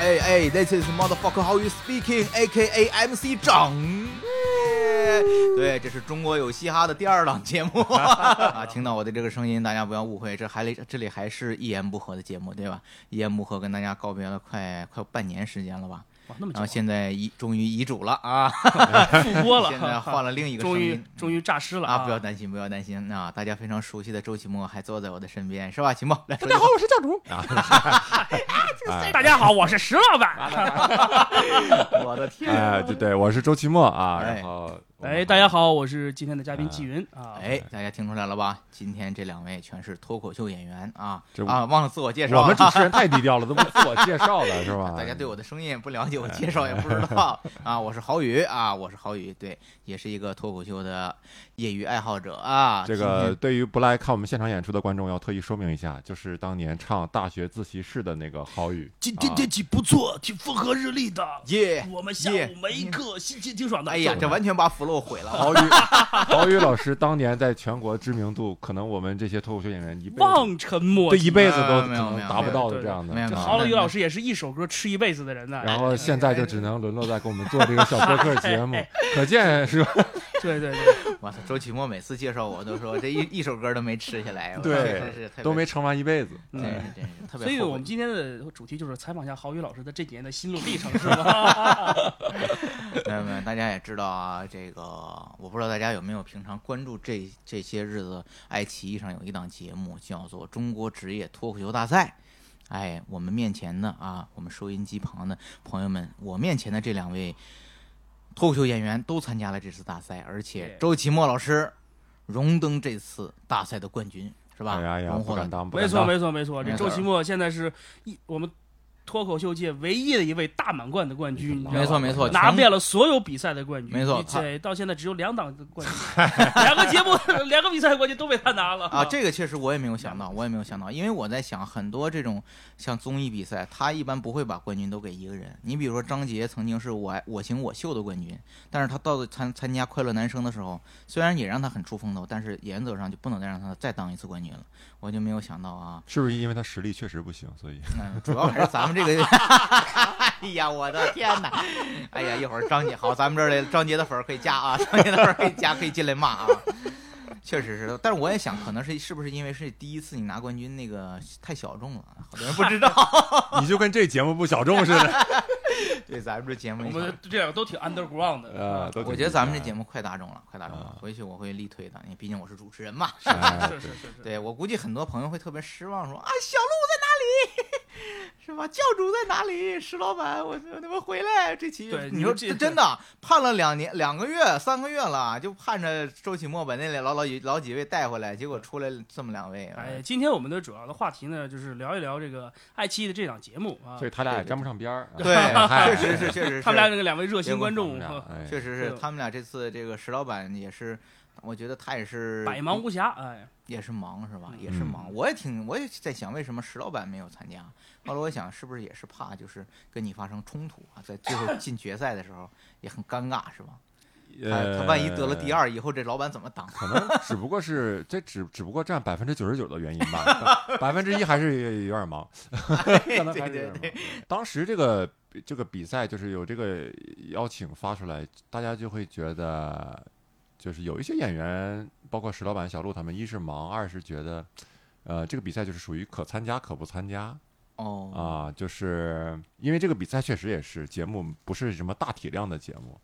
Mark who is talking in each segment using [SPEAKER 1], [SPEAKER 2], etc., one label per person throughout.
[SPEAKER 1] 哎哎，This is motherfucker how you speaking，A.K.A. MC 整。对，这是中国有嘻哈的第二档节 目啊！听到我的这个声音，大家不要误会，这还这里还是一言不合的节目，对吧？一言不合跟大家告别了快快半年时间了吧？
[SPEAKER 2] 哇，那么
[SPEAKER 1] 然
[SPEAKER 2] 久
[SPEAKER 1] 后现在遗终于遗嘱了啊，
[SPEAKER 2] 复播了，
[SPEAKER 1] 现在 换了另一个
[SPEAKER 2] 终
[SPEAKER 1] 声
[SPEAKER 2] 于
[SPEAKER 1] 音。
[SPEAKER 2] 终于诈尸了
[SPEAKER 1] 啊！不要担心，不要担心啊！大家非常熟悉的周奇墨还坐在我的身边，是吧？秦 墨，来，大家好，我是
[SPEAKER 3] 啊
[SPEAKER 2] 哎大家好，我是石老 板。
[SPEAKER 1] 我的天
[SPEAKER 3] 哎，对对，我是周奇墨啊，
[SPEAKER 1] 哎
[SPEAKER 3] 然后
[SPEAKER 2] 哎，大家好，我是今天的嘉宾纪云啊。
[SPEAKER 1] 哎，大家听出来了吧？今天这两位全是脱口秀演员啊
[SPEAKER 3] 这
[SPEAKER 1] 啊！忘了自我介绍
[SPEAKER 3] 我
[SPEAKER 1] 了
[SPEAKER 3] 们主
[SPEAKER 1] 啊
[SPEAKER 3] 持人太低调了，都不自我介绍了是吧？ 哎
[SPEAKER 1] 大家对我的声音也不了解，我介绍也不知道啊。我是郝宇啊，我是郝宇，对，也是一个脱口秀的业余爱好者啊。
[SPEAKER 3] 这
[SPEAKER 1] 今
[SPEAKER 3] 个
[SPEAKER 1] 天
[SPEAKER 3] 对于不来看我们现场演出的观众，要特意说明一下，就是当年唱《大学自习室》的那个郝宇。
[SPEAKER 4] 今天天气不错，挺风和日丽的。
[SPEAKER 1] 啊耶，
[SPEAKER 4] 我们下午没课，心情挺爽的。
[SPEAKER 1] 哎呀，这完全把 flow 毁了。啊
[SPEAKER 3] 郝宇，郝宇老师当年在全国知名度，可能我们这些脱口秀演员一辈子
[SPEAKER 2] 望尘莫
[SPEAKER 3] 对
[SPEAKER 2] 及。
[SPEAKER 3] 一辈子都
[SPEAKER 1] 没有
[SPEAKER 3] 可
[SPEAKER 1] 没
[SPEAKER 3] 能
[SPEAKER 1] 有
[SPEAKER 3] 达不到
[SPEAKER 2] 没
[SPEAKER 3] 的
[SPEAKER 2] 有
[SPEAKER 3] 这样的
[SPEAKER 1] 没有。
[SPEAKER 2] 这
[SPEAKER 1] 没有哎
[SPEAKER 2] 郝老宇老师也是一首歌吃一辈子的人呢。
[SPEAKER 3] 然后现在就只能沦落在跟我们做这个小播客节目，
[SPEAKER 2] 哎
[SPEAKER 3] 可见是吧？
[SPEAKER 2] 对对对，
[SPEAKER 1] 哇塞，周奇墨每次介绍我都说这一一首歌都没吃下来，我
[SPEAKER 3] 对
[SPEAKER 1] 真是特别
[SPEAKER 3] 都没，撑嗯完一辈子。
[SPEAKER 1] 真哎是真是特别后悔。
[SPEAKER 2] 嗯所以我们今天的主题就是采访一下郝宇老师的这几年的心路 历程，是吧？
[SPEAKER 1] 朋友们，大家也知道啊，这个我不知道大家有没有平常关注这这些日子，爱奇艺上有一档节目叫做《中国职业脱口秀大赛》。哎，我们面前的啊，我们收音机旁的朋友们，我面前的这两位脱口秀演员都参加了这次大赛，而且
[SPEAKER 2] 对
[SPEAKER 1] 周奇墨老师荣登这次大赛的冠军，是吧？
[SPEAKER 3] 哎呀呀，
[SPEAKER 1] 荣
[SPEAKER 3] 不
[SPEAKER 1] 获了
[SPEAKER 3] 敢当，不
[SPEAKER 2] 没
[SPEAKER 3] 敢
[SPEAKER 2] 错
[SPEAKER 3] 当。
[SPEAKER 2] 没错没错，这
[SPEAKER 1] 没错
[SPEAKER 2] 周奇墨现在是一我们脱口秀界唯一的一位大满贯的冠军，你知道吗
[SPEAKER 1] 没错没错，
[SPEAKER 2] 拿
[SPEAKER 1] 全
[SPEAKER 2] 遍了所有比赛的冠军，
[SPEAKER 1] 没错他
[SPEAKER 2] 对，到现在只有两档的冠军，两个节目、两个比赛的冠军都被他拿了
[SPEAKER 1] 啊，这个确实我也没有想到，我也没有想到，因为我在想很多这种像综艺比赛，他一般不会把冠军都给一个人。你比如说张杰曾经是我爱我行我秀的冠军，但是他到参参加快乐男生的时候，虽然也让他很出风头，但是原则上就不能再让他再当一次冠军了。我就没有想到啊，
[SPEAKER 3] 是不是因为他实力确实不行，所以
[SPEAKER 1] 嗯，主要还是咱们这 个，哎呀，我的天哪！哎呀，一会儿张杰好，咱们这儿的张杰的粉儿可以加啊，张杰的粉儿可以加，可以进来骂啊。确实是，但是我也想，可能是是不是因为是第一次你拿冠军，那个太小众了，好多人不知 道。
[SPEAKER 3] 你就跟这节目不小众似 的。
[SPEAKER 1] 对，咱们这节目
[SPEAKER 2] 我
[SPEAKER 1] 一
[SPEAKER 2] 们
[SPEAKER 1] 下，
[SPEAKER 2] 这两个都挺 underground 的。
[SPEAKER 3] 呃，都挺
[SPEAKER 1] 我觉得
[SPEAKER 3] 厉
[SPEAKER 1] 咱们
[SPEAKER 3] 害
[SPEAKER 1] 这节目快大众了，快大众了
[SPEAKER 3] 啊，
[SPEAKER 1] 回去我会力推的，因为毕竟我是主持人嘛。
[SPEAKER 3] 哎
[SPEAKER 2] 是是是是，
[SPEAKER 1] 呃对我估计很多朋友会特别失望，说啊，小鹿在哪里？ 是吧？教主在哪里？石老板，我我他妈回来！这期
[SPEAKER 2] 对
[SPEAKER 1] 你
[SPEAKER 2] 你
[SPEAKER 1] 说
[SPEAKER 2] 说这
[SPEAKER 1] 这真的盼了两年、两个月、三个月了，就盼着周启墨把那老老几老几位带回来，结果出来这么两位。啊
[SPEAKER 2] 哎，今天我们的主要的话题呢，就是聊一聊这个爱奇艺的这档节目啊
[SPEAKER 3] 所，以他俩也沾不上边儿。啊
[SPEAKER 1] 对，确实是，确实是，
[SPEAKER 2] 他们俩这个两位热心观
[SPEAKER 3] 我
[SPEAKER 2] 众啊
[SPEAKER 3] 们，俩
[SPEAKER 2] 呵
[SPEAKER 3] 哎
[SPEAKER 1] 确实啊是
[SPEAKER 2] 对
[SPEAKER 1] 他们俩这次这个石老板也是，我觉得他也是
[SPEAKER 2] 百忙无暇，哎，
[SPEAKER 1] 也是忙是吧？
[SPEAKER 2] 嗯
[SPEAKER 1] 也是忙，我也挺，我也在想为什么石老板没有参加。后来我想，是不是也是怕就是跟你发生冲突啊？在最后进决赛的时候 也很尴尬是吧？他
[SPEAKER 3] 呃，
[SPEAKER 1] 他万一得了第，二，以后这老板怎么挡？
[SPEAKER 3] 可能 只不过是这只只不过占百分之九十九的原因吧， 百分之一还是有点忙，
[SPEAKER 1] 对
[SPEAKER 3] 可能还是
[SPEAKER 1] 对
[SPEAKER 3] 有点忙
[SPEAKER 1] 对，。
[SPEAKER 3] 当时这个这个比赛就是有这个邀请发出来，大家就会觉得，就是有一些演员，包括石老板、小鹿他们，一是忙，二是觉得，呃，这个比赛就是属于可参加可不参加。
[SPEAKER 1] 哦
[SPEAKER 3] 啊，就是因为这个比赛确实也是节目，不是什么大体量的节目，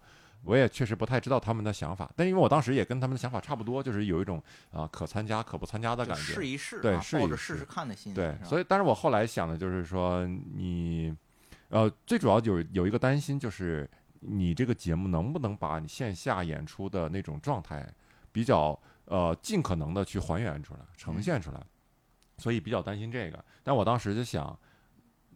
[SPEAKER 3] 我也确实不太知道他们的想法，但因为我当时也跟他们的想法差不多，就是有一种啊可参加可不参加的
[SPEAKER 1] 就
[SPEAKER 3] 感
[SPEAKER 1] 试
[SPEAKER 3] 觉。
[SPEAKER 1] 一试啊，
[SPEAKER 3] 对试一
[SPEAKER 1] 抱着
[SPEAKER 3] 试
[SPEAKER 1] 试试看的心理，
[SPEAKER 3] 对，所
[SPEAKER 1] 以
[SPEAKER 3] 以但是我后来想的就是说你，呃，最主要有有一个担心就是你这个节目能不能把你线下演出的那种状态比较呃尽可能的去还原出来、呈现出来，所以比较担心这个。但我当时就想，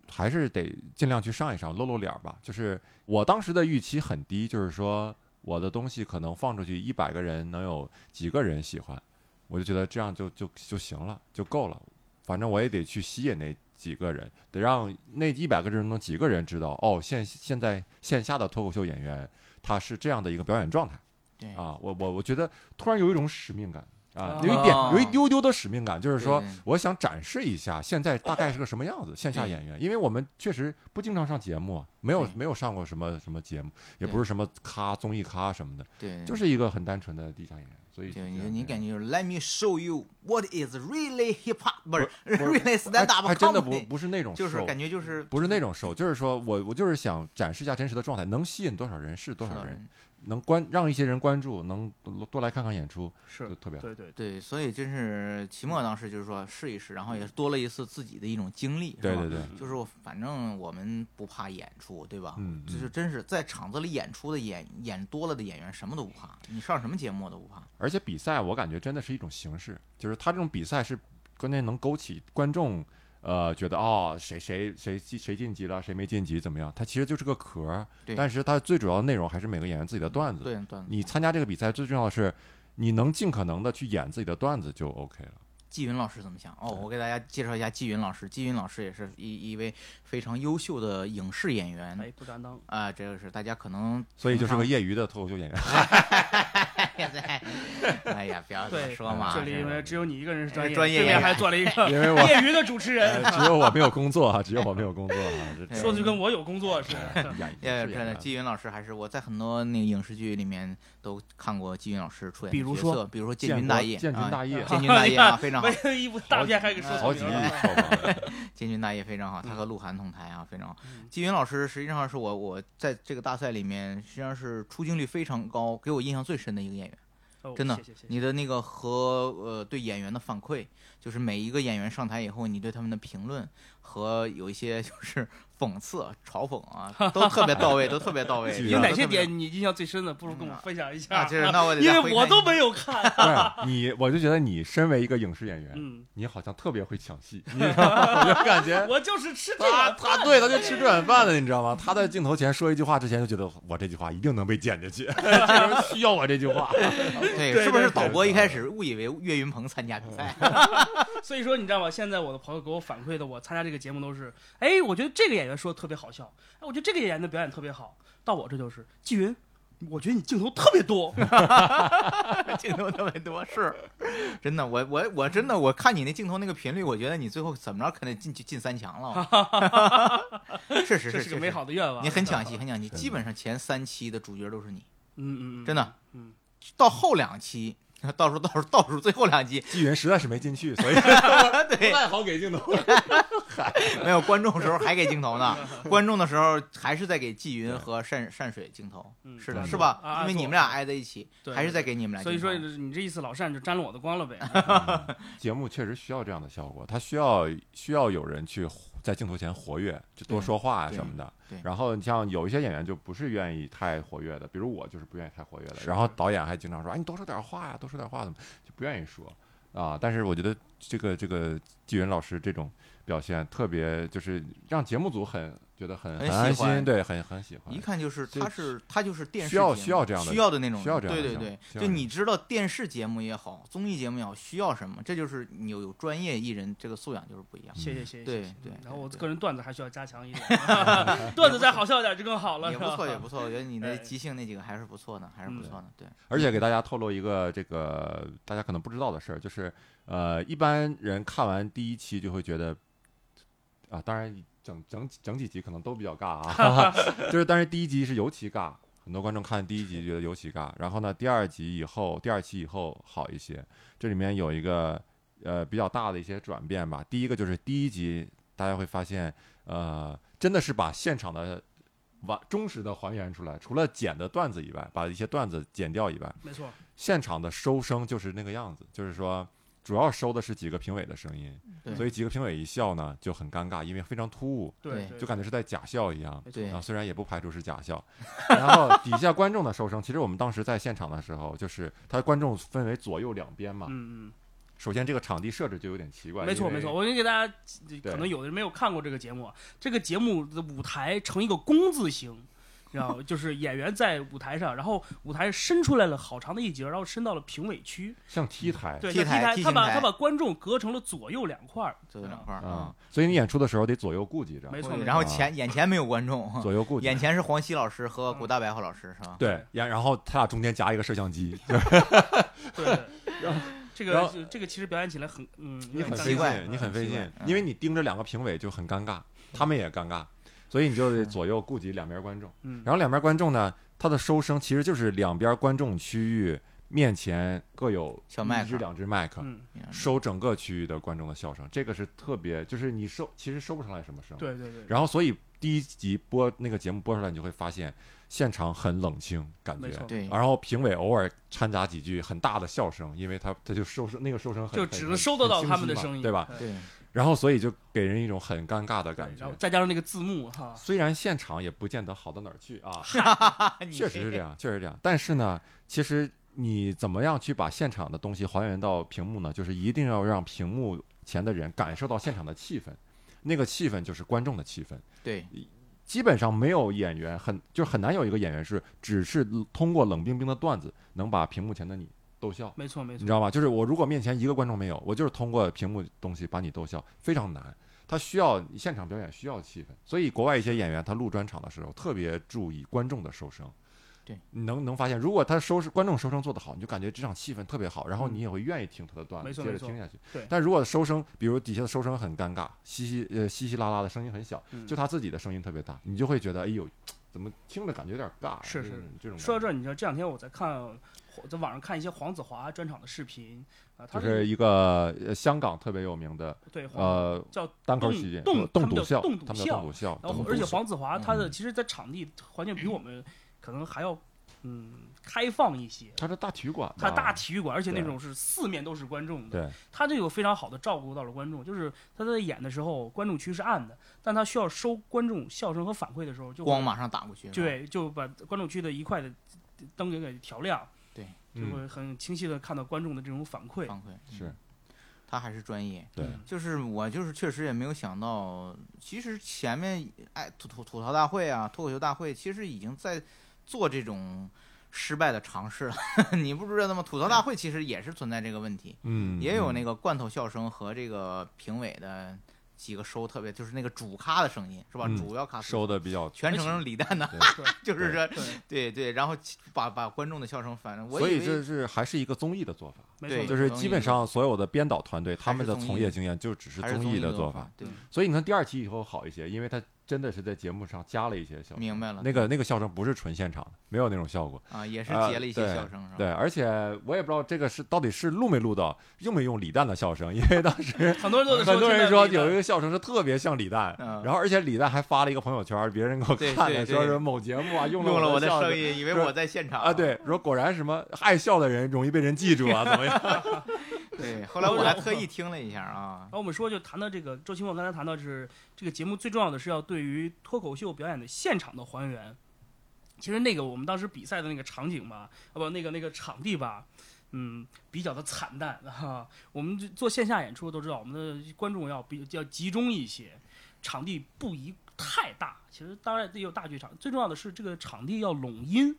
[SPEAKER 3] 还是得尽量去上一上，露露脸儿吧。就是我当时的预期很低，就是说我的东西可能放出去一百个人，能有几个人喜欢，我就觉得这样就就就行了，就够了。反正我也得去吸引那几个人，得让那一百个人中几个人知道，哦，现现在线下的脱口秀演员他是这样的一个表演状态啊
[SPEAKER 1] 对
[SPEAKER 3] 啊。我我我觉得突然有一种使命感，啊
[SPEAKER 2] 哦，
[SPEAKER 3] 有一点有一丢丢的使命感，就是说
[SPEAKER 1] 对
[SPEAKER 3] 我想展示一下现在大概是个什么样子，线下演员，因为我们确实不经常上节目啊，没有
[SPEAKER 1] 对
[SPEAKER 3] 没有上过什么什么节目，也
[SPEAKER 1] 对
[SPEAKER 3] 不是什么咖综艺咖什么的，
[SPEAKER 1] 对，
[SPEAKER 3] 就是一个很单纯的地下演员，所以
[SPEAKER 1] 对，
[SPEAKER 3] 就
[SPEAKER 1] 你
[SPEAKER 3] 这
[SPEAKER 1] 就
[SPEAKER 3] 样
[SPEAKER 1] 你
[SPEAKER 3] 子
[SPEAKER 1] 感觉就是 Let me show you what is really hip hop，不是
[SPEAKER 3] 不是
[SPEAKER 1] really stand up，
[SPEAKER 3] 还还真的不
[SPEAKER 1] comedy
[SPEAKER 3] 不是那种
[SPEAKER 1] 就是
[SPEAKER 3] 瘦
[SPEAKER 1] 感觉就是
[SPEAKER 3] 不是那种瘦，就是说我我就是想展示一下真实的状态，能吸引多少人是多
[SPEAKER 1] 是
[SPEAKER 3] 少
[SPEAKER 1] 的
[SPEAKER 3] 人，能关让一些人关注，能多多来看看演出，
[SPEAKER 2] 是
[SPEAKER 3] 就特别好。
[SPEAKER 2] 对对对，
[SPEAKER 1] 对，所以真是期
[SPEAKER 3] 嗯
[SPEAKER 1] 末当时就是说试一试，然后也多了一次自己的一种经历，是
[SPEAKER 3] 对
[SPEAKER 1] 吧
[SPEAKER 3] 对对，
[SPEAKER 2] 嗯
[SPEAKER 1] 就是我反正我们不怕演出，对吧？
[SPEAKER 3] 嗯，
[SPEAKER 1] 就是
[SPEAKER 3] 嗯
[SPEAKER 1] 真是在场子里演出的演演多了的演员什么都不怕，你上什么节目我都不怕。
[SPEAKER 3] 而且比赛我感觉真的是一种形式，就是他这种比赛是关键能勾起观众。呃，觉得哦，谁谁谁进谁晋级了，谁没晋级怎么样？它其实就是个壳儿
[SPEAKER 1] 对，
[SPEAKER 3] 但是它最主要的内容还是每个演员自己的段子。
[SPEAKER 1] 对，段
[SPEAKER 3] 你参加这个比赛最重要的是，你能尽可能的去演自己的段子就 OK 了。
[SPEAKER 1] 季云老师怎么想？哦，我给大家介绍一下季云老师。季云老师也是一一位非常优秀的影视演员
[SPEAKER 2] 哎，不担当，
[SPEAKER 1] 啊、这个是大家可能
[SPEAKER 3] 所以就是
[SPEAKER 1] 平
[SPEAKER 3] 个业余的脱口秀演员。
[SPEAKER 1] 常哎呀，不要这么
[SPEAKER 2] 对
[SPEAKER 1] 说嘛，
[SPEAKER 2] 这里
[SPEAKER 1] 是哎
[SPEAKER 2] 因为只有你一个人是专业，
[SPEAKER 1] 专业
[SPEAKER 2] 这
[SPEAKER 1] 演
[SPEAKER 2] 边
[SPEAKER 1] 员
[SPEAKER 2] 还 做了一个
[SPEAKER 3] 因为我
[SPEAKER 2] 业余的主持人，
[SPEAKER 3] 呃只有我没有工作啊，只有我没有工作啊，这
[SPEAKER 1] 对
[SPEAKER 2] 说的就跟我有工作似 的。
[SPEAKER 3] 演
[SPEAKER 1] 呃，
[SPEAKER 3] 是
[SPEAKER 1] 真的，
[SPEAKER 3] 演
[SPEAKER 1] 季云老师还是我在很多那个影视剧里面都看过季云老师出演的
[SPEAKER 2] 比如
[SPEAKER 1] 角
[SPEAKER 2] 说
[SPEAKER 1] 色比如说《建
[SPEAKER 3] 建
[SPEAKER 1] 军
[SPEAKER 3] 国
[SPEAKER 1] 大业》
[SPEAKER 3] 建军
[SPEAKER 1] 啊
[SPEAKER 3] 大业
[SPEAKER 1] 建军大业啊，非常好，哎
[SPEAKER 2] 为一部大片还给说
[SPEAKER 3] 好
[SPEAKER 2] 错
[SPEAKER 3] 几
[SPEAKER 2] 名
[SPEAKER 3] 亿
[SPEAKER 2] 了，
[SPEAKER 3] 票房，
[SPEAKER 1] 建军大业非常好，他和鹿晗同台啊，非常好
[SPEAKER 2] 嗯。
[SPEAKER 1] 季云老师实际上是我我在这个大赛里面实际上是出镜率非常高，给我印象最深的一个演员。
[SPEAKER 2] 哦
[SPEAKER 1] 真的
[SPEAKER 2] 谢谢谢谢
[SPEAKER 1] 你的那个和呃对演员的反馈，就是每一个演员上台以后，你对他们的评论和有一些就是讽刺、嘲讽啊，都特别到位，都特别到位。
[SPEAKER 3] 记
[SPEAKER 2] 有
[SPEAKER 3] 得
[SPEAKER 2] 哪
[SPEAKER 1] 都
[SPEAKER 2] 些
[SPEAKER 1] 特别
[SPEAKER 2] 点你印象最深的？不如跟我分享一
[SPEAKER 1] 啊？
[SPEAKER 2] 下，
[SPEAKER 1] 就是那我得
[SPEAKER 2] 因
[SPEAKER 1] 再回
[SPEAKER 2] 为
[SPEAKER 1] 看
[SPEAKER 2] 我都
[SPEAKER 1] 一
[SPEAKER 2] 没有看。
[SPEAKER 3] 对你，我就觉得你身为一个影视演员，
[SPEAKER 2] 嗯，
[SPEAKER 3] 你好像特别会抢 戏，你知道吗？我就感觉。
[SPEAKER 2] 我就是吃这
[SPEAKER 1] 啊
[SPEAKER 3] 他
[SPEAKER 2] 碗
[SPEAKER 3] 他对他就吃这碗饭的，你知道吗？他在镜头前说一句话之前，就觉得我这句话一定能被剪进去， 这人需要我这句话。
[SPEAKER 1] 对，
[SPEAKER 2] 对
[SPEAKER 1] 是不是
[SPEAKER 2] 对
[SPEAKER 1] 导
[SPEAKER 3] 对
[SPEAKER 1] 播一
[SPEAKER 3] 对
[SPEAKER 1] 开始误以为岳云鹏参加比 赛？
[SPEAKER 2] 所以说，你知道吗？现在我的朋友给我反馈的，我参加这个节目都是，哎，我觉得这个演员说的特别好笑，哎，我觉得这个演员的表演特别好。到我这就是季云，我觉得你镜头特别多，
[SPEAKER 1] 镜头特别多，是真的。我我我真的我看你那镜头那个频率，我觉得你最后怎么着可能进去进三强了。 是是
[SPEAKER 2] 这
[SPEAKER 1] 是
[SPEAKER 2] 是个美。好的嗯愿望。
[SPEAKER 1] 你很抢戏，很抢戏，
[SPEAKER 3] 真的
[SPEAKER 1] 基本上前三期的主角都是你，
[SPEAKER 2] 嗯，嗯嗯，
[SPEAKER 1] 真的。
[SPEAKER 2] 嗯，
[SPEAKER 1] 到后两期， 倒数倒数倒数最后两期，
[SPEAKER 3] 纪云实在是没进去，所以不
[SPEAKER 1] 对，
[SPEAKER 3] 太好给镜头。
[SPEAKER 1] 没有观众的时候还给镜头 呢，观众的时候还是在给季云和善善水镜头，
[SPEAKER 2] 嗯
[SPEAKER 1] 是的，
[SPEAKER 3] 对
[SPEAKER 1] 是吧？
[SPEAKER 2] 啊
[SPEAKER 1] 因为你们俩挨在一起，
[SPEAKER 2] 对
[SPEAKER 1] 还是在给你们俩
[SPEAKER 2] 所
[SPEAKER 1] 镜
[SPEAKER 2] 以
[SPEAKER 1] 头。
[SPEAKER 2] 说你这意思，老善就沾了我的光 了呗。
[SPEAKER 3] 节目确实需要这样的效果，它需要需要有人去活在镜头前活跃，就多说话啊
[SPEAKER 1] 对
[SPEAKER 3] 什么的
[SPEAKER 1] 对。
[SPEAKER 3] 然后你像有一些演员就不是愿意太活跃的，比如我就是不愿意太活跃的。然后导演还经常说：“哎，你多说点话呀，多说点话，怎么就不愿意说啊？”但是我觉得这个这个纪云老师这种表现特别，就是让节目组很觉得很
[SPEAKER 1] 很喜
[SPEAKER 3] 安
[SPEAKER 1] 欢
[SPEAKER 3] 心，对，很很喜欢
[SPEAKER 1] 一。看就是
[SPEAKER 3] 这
[SPEAKER 1] 他是他就是电视
[SPEAKER 3] 哎需要
[SPEAKER 1] 节目
[SPEAKER 3] 需要这样的
[SPEAKER 1] 需要的那种
[SPEAKER 3] 需要这样的
[SPEAKER 1] 对
[SPEAKER 3] 项目
[SPEAKER 1] 对
[SPEAKER 3] 需
[SPEAKER 1] 对，
[SPEAKER 3] 要
[SPEAKER 1] 就
[SPEAKER 3] 这样
[SPEAKER 1] 你知道电视节目也好，综艺节目也好，需要什么，这就是你有有专业艺人这个素养就是不一样。
[SPEAKER 2] 谢谢谢谢。
[SPEAKER 1] 对
[SPEAKER 2] 谢谢嗯
[SPEAKER 1] 对
[SPEAKER 2] 然后我
[SPEAKER 1] 对
[SPEAKER 2] 个人段子还需要加强 一点， 段子再好笑点就更好了，
[SPEAKER 1] 也
[SPEAKER 2] 是
[SPEAKER 1] 不
[SPEAKER 2] 吧
[SPEAKER 1] 错，也不错，我觉得你的
[SPEAKER 2] 哎嗯
[SPEAKER 1] 即兴那几个还是不错的，还是不错的。对，
[SPEAKER 3] 而且给大家透露一个这个大家可能不知道的事儿，就是呃，一般人看完第一期就会觉得啊，当然整整整几集可能都比较尬啊，就是但是第一集是尤其尬，很多观众看第一集觉得尤其尬，然后呢，第二集以后，第二期以后好一些，这里面有一个呃比较大的一些转变吧。第一个就是第一集大家会发现，呃，真的是把现场的。完忠实的还原出来，除了剪的段子以外，把一些段子剪掉以外，
[SPEAKER 2] 没错。
[SPEAKER 3] 现场的收声就是那个样子，就是说主要收的是几个评委的声音，
[SPEAKER 2] 嗯
[SPEAKER 1] 对
[SPEAKER 3] 所以几个评委一笑呢就很尴尬，因为非常突兀，
[SPEAKER 1] 对
[SPEAKER 2] 对，
[SPEAKER 3] 就感觉是在假笑一样。
[SPEAKER 2] 没错
[SPEAKER 1] 对
[SPEAKER 3] 啊，虽然也不排除是假 笑，然后底下观众的收声，其实我们当时在现场的时候，就是他观众分为左右两边嘛。
[SPEAKER 2] 嗯
[SPEAKER 3] 首先，这个场地设置就有点奇怪，
[SPEAKER 2] 嗯，没错
[SPEAKER 3] 因为
[SPEAKER 2] 没错。，我先给大家，
[SPEAKER 3] 对
[SPEAKER 2] 可能有的人没有看过这个节目，啊这个节目的舞台呈一个工字形。然后就是演员在舞台上，然后舞台伸出来了好长的一截，然后伸到了评委区，
[SPEAKER 3] 像 T 台
[SPEAKER 2] 对，
[SPEAKER 1] T
[SPEAKER 2] 像 T
[SPEAKER 1] 台
[SPEAKER 2] 台，
[SPEAKER 1] T
[SPEAKER 2] 他
[SPEAKER 1] 型
[SPEAKER 2] 把
[SPEAKER 1] 台
[SPEAKER 2] 他把观众隔成了左右两块儿，
[SPEAKER 1] 就两块儿
[SPEAKER 3] 啊
[SPEAKER 1] 啊，，
[SPEAKER 3] 所以你演出的时候得左右顾忌着，
[SPEAKER 2] 嗯没错
[SPEAKER 1] 对
[SPEAKER 2] 没错。
[SPEAKER 1] 然后前眼前没有观众，啊
[SPEAKER 3] 左右顾忌
[SPEAKER 1] 眼。前是黄西老师和古大白话老师，是吧？
[SPEAKER 3] 对，然然后他俩中间夹一个摄像机，
[SPEAKER 2] 对，对这
[SPEAKER 3] 然
[SPEAKER 2] 个
[SPEAKER 3] 后
[SPEAKER 2] 就这个其实表演起来很嗯，有
[SPEAKER 3] 你
[SPEAKER 2] 点
[SPEAKER 3] 很
[SPEAKER 2] 尴
[SPEAKER 3] 费
[SPEAKER 1] 奇怪
[SPEAKER 2] 尬
[SPEAKER 3] 劲，你很费
[SPEAKER 1] 奇怪
[SPEAKER 3] 劲，
[SPEAKER 1] 嗯
[SPEAKER 3] 因为你盯着两个评委就很尴尬，他们也尴尬，所以你就得左右顾及两边观众。
[SPEAKER 2] 嗯，
[SPEAKER 3] 然后两边观众呢，它的收声其实就是两边观众区域面前各有
[SPEAKER 1] 小麦
[SPEAKER 3] 一
[SPEAKER 1] 克
[SPEAKER 3] 至两只麦克，
[SPEAKER 2] 嗯，
[SPEAKER 1] 嗯
[SPEAKER 3] 收整个区域的观众的笑声，这个是特别，就是你收其实收不上来什么声。。
[SPEAKER 2] 对对对，
[SPEAKER 3] 然后所以第一集播那个节目播出来，你就会发现现场很冷清，感
[SPEAKER 2] 没
[SPEAKER 3] 觉。
[SPEAKER 2] 错，
[SPEAKER 1] 对，
[SPEAKER 3] 然后评委偶尔掺杂几句很大的笑声，因为他他就收声，那个收声很
[SPEAKER 2] 就
[SPEAKER 3] 很
[SPEAKER 2] 只
[SPEAKER 3] 很
[SPEAKER 2] 能收得到
[SPEAKER 3] 很
[SPEAKER 2] 他们的
[SPEAKER 3] 清晰嘛
[SPEAKER 2] 声音，
[SPEAKER 3] 对吧？
[SPEAKER 2] 对？
[SPEAKER 1] 对，
[SPEAKER 3] 然后所以就给人一种很尴尬的感觉
[SPEAKER 2] 然后。再加上那个字幕哈，
[SPEAKER 3] 虽然现场也不见得好到哪儿 去啊，确实是这
[SPEAKER 1] 样。
[SPEAKER 3] 样，确实是这样。但是呢，其实你怎么样去把现场的东西还原到屏幕呢？就是一定要让屏幕前的人感受到现场的气氛，那个气氛就是观众的气氛。
[SPEAKER 1] 对，
[SPEAKER 3] 基本上没有演员很就很难有一个演员是只是通过冷冰冰的段子能把屏幕前的你逗笑，
[SPEAKER 2] 没错没
[SPEAKER 3] 你
[SPEAKER 2] 错
[SPEAKER 3] 知，道吗？就是我如果面前一个观众没有，我就是通过屏幕东西把你逗笑，非常难。他需要现场表演，需要气氛，所以国外一些演员他录专场的时候特别注意观众的收声。
[SPEAKER 1] 对，
[SPEAKER 3] 能能发现，如果他收视观众收声做得好，你就感觉这场气氛特别好，然后你也会愿意听他的段
[SPEAKER 2] 嗯没
[SPEAKER 3] 子，
[SPEAKER 2] 错
[SPEAKER 3] 接着
[SPEAKER 2] 没错
[SPEAKER 3] 听下去。
[SPEAKER 2] 对
[SPEAKER 3] 但如果收声，比如底下的收声很尴尬，稀稀呃稀稀拉拉的声音很小，
[SPEAKER 2] 嗯
[SPEAKER 3] 就他自己的声音特别大，你就会觉得哎呦，怎么听着感觉有点尬？
[SPEAKER 2] 是
[SPEAKER 3] 这
[SPEAKER 2] 是
[SPEAKER 3] 种这种感觉
[SPEAKER 2] 说到这儿，你知道这两天我在看，我在网上看一些黄子华专场的视频啊，他
[SPEAKER 3] 就是一个呃香港特别有名的
[SPEAKER 2] 对黄
[SPEAKER 3] 呃
[SPEAKER 2] 叫
[SPEAKER 3] 单口
[SPEAKER 2] 动
[SPEAKER 3] 喜剧，
[SPEAKER 2] 动
[SPEAKER 3] 呃动
[SPEAKER 2] 他们
[SPEAKER 3] 笃
[SPEAKER 2] 叫
[SPEAKER 3] 笑，
[SPEAKER 2] 动笃
[SPEAKER 3] 他们叫
[SPEAKER 2] 笑
[SPEAKER 3] 动笃笑，
[SPEAKER 2] 然后
[SPEAKER 3] 动笃
[SPEAKER 2] 而且
[SPEAKER 3] 笑
[SPEAKER 2] 黄子华他
[SPEAKER 3] 嗯
[SPEAKER 2] 的其实，在场地环境比我们可能还要嗯开放一些。
[SPEAKER 3] 他是大体育馆吧，
[SPEAKER 2] 他大体育馆，而且那
[SPEAKER 3] 啊对
[SPEAKER 2] 种是四面都是观众的，
[SPEAKER 3] 对
[SPEAKER 2] 他这有非常好的照顾到了观众。就是他在演的时候，观众区是暗的，但他需要收观众笑声和反馈的时候，就会
[SPEAKER 1] 光马上打过去，，
[SPEAKER 2] 对，就把观众区的一块的灯给给调亮，就
[SPEAKER 3] 嗯
[SPEAKER 2] 会很清晰的看到观众的这种反馈。
[SPEAKER 1] 反馈嗯
[SPEAKER 3] 是
[SPEAKER 1] 他还是专业。
[SPEAKER 3] 对
[SPEAKER 2] 嗯
[SPEAKER 1] 就是我就是确实也没有想到，其实前面哎吐吐吐槽大会啊，脱口秀大会，其实已经在做这种失败的尝试了。 你不知道吗？吐槽大会其实也是存在这个问题，
[SPEAKER 3] 嗯
[SPEAKER 1] 也有那
[SPEAKER 3] 个
[SPEAKER 1] 个罐头笑声和这个评委的几个收特别，就是那个主咖的声音是吧？
[SPEAKER 3] 嗯
[SPEAKER 1] 主要咖
[SPEAKER 3] 收的比较，
[SPEAKER 1] 全程是李诞的，
[SPEAKER 3] 对
[SPEAKER 1] 就是说
[SPEAKER 2] 对，
[SPEAKER 1] 对对，然后把把观众的笑声反正我
[SPEAKER 3] 所
[SPEAKER 1] 以
[SPEAKER 3] 以
[SPEAKER 1] 为
[SPEAKER 3] 这是还是一个综艺的做法，
[SPEAKER 2] 没
[SPEAKER 1] 对
[SPEAKER 2] 错，
[SPEAKER 3] 就是基本上所有的编导团队他们的
[SPEAKER 1] 还是综艺
[SPEAKER 3] 从业经验就只是
[SPEAKER 1] 还是
[SPEAKER 3] 综艺的
[SPEAKER 1] 做
[SPEAKER 3] 做法，，嗯
[SPEAKER 1] 对，
[SPEAKER 3] 所以你看第二期以后好一些，因为他真的是在节目上加了一些笑声，
[SPEAKER 1] 明白了
[SPEAKER 3] 那个那个笑声不是纯现场的，没有那种效果。
[SPEAKER 1] 啊，也是
[SPEAKER 3] 啊
[SPEAKER 1] 截了一些
[SPEAKER 3] 对
[SPEAKER 1] 笑声是吧？
[SPEAKER 3] 对，而且我也不知道这个是到底是录没录到，用没用李诞的笑声，因为当时
[SPEAKER 2] 很多人 都在
[SPEAKER 3] 很多
[SPEAKER 2] 现
[SPEAKER 3] 人
[SPEAKER 2] 在
[SPEAKER 3] 说
[SPEAKER 2] 那个
[SPEAKER 3] 有一个笑声是特别像李诞，
[SPEAKER 1] 嗯
[SPEAKER 3] 然后而且李诞还发了一个朋友圈，别人给我
[SPEAKER 1] 对
[SPEAKER 3] 看
[SPEAKER 1] 对
[SPEAKER 3] 了，
[SPEAKER 1] 对
[SPEAKER 3] 说是某节目啊用
[SPEAKER 1] 用了我的
[SPEAKER 3] 笑
[SPEAKER 1] 声
[SPEAKER 3] 声
[SPEAKER 1] 音，以为
[SPEAKER 3] 说
[SPEAKER 1] 我在现场
[SPEAKER 3] 啊，对，说果然什么爱笑的人容易被人记住啊，怎 么样？
[SPEAKER 1] 对。后来我还特意听了一下啊
[SPEAKER 2] 然，后我们说，就谈到这个周奇墨，刚才谈到就是这个节目最重要的是要对于脱口秀表演的现场的还原。其实那个我们当时比赛的那个场景吧，啊不，那个那个场地吧，嗯，比较的惨淡 啊。我们这做线下演出都知道，我们的观众要比要集中一些，场地不宜太大。其实当然也有大剧场，最重要的是这个场地要拢音，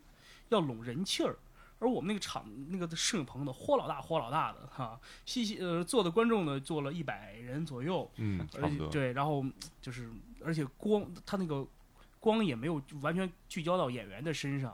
[SPEAKER 2] 要拢人气儿。而我们那个场那个摄影棚呢，豁老大豁老大的哈、细细呃坐的观众呢坐了一百人左右，
[SPEAKER 3] 嗯，
[SPEAKER 2] 而且对，然后就是而且光他那个光也没有完全聚焦到演员的身上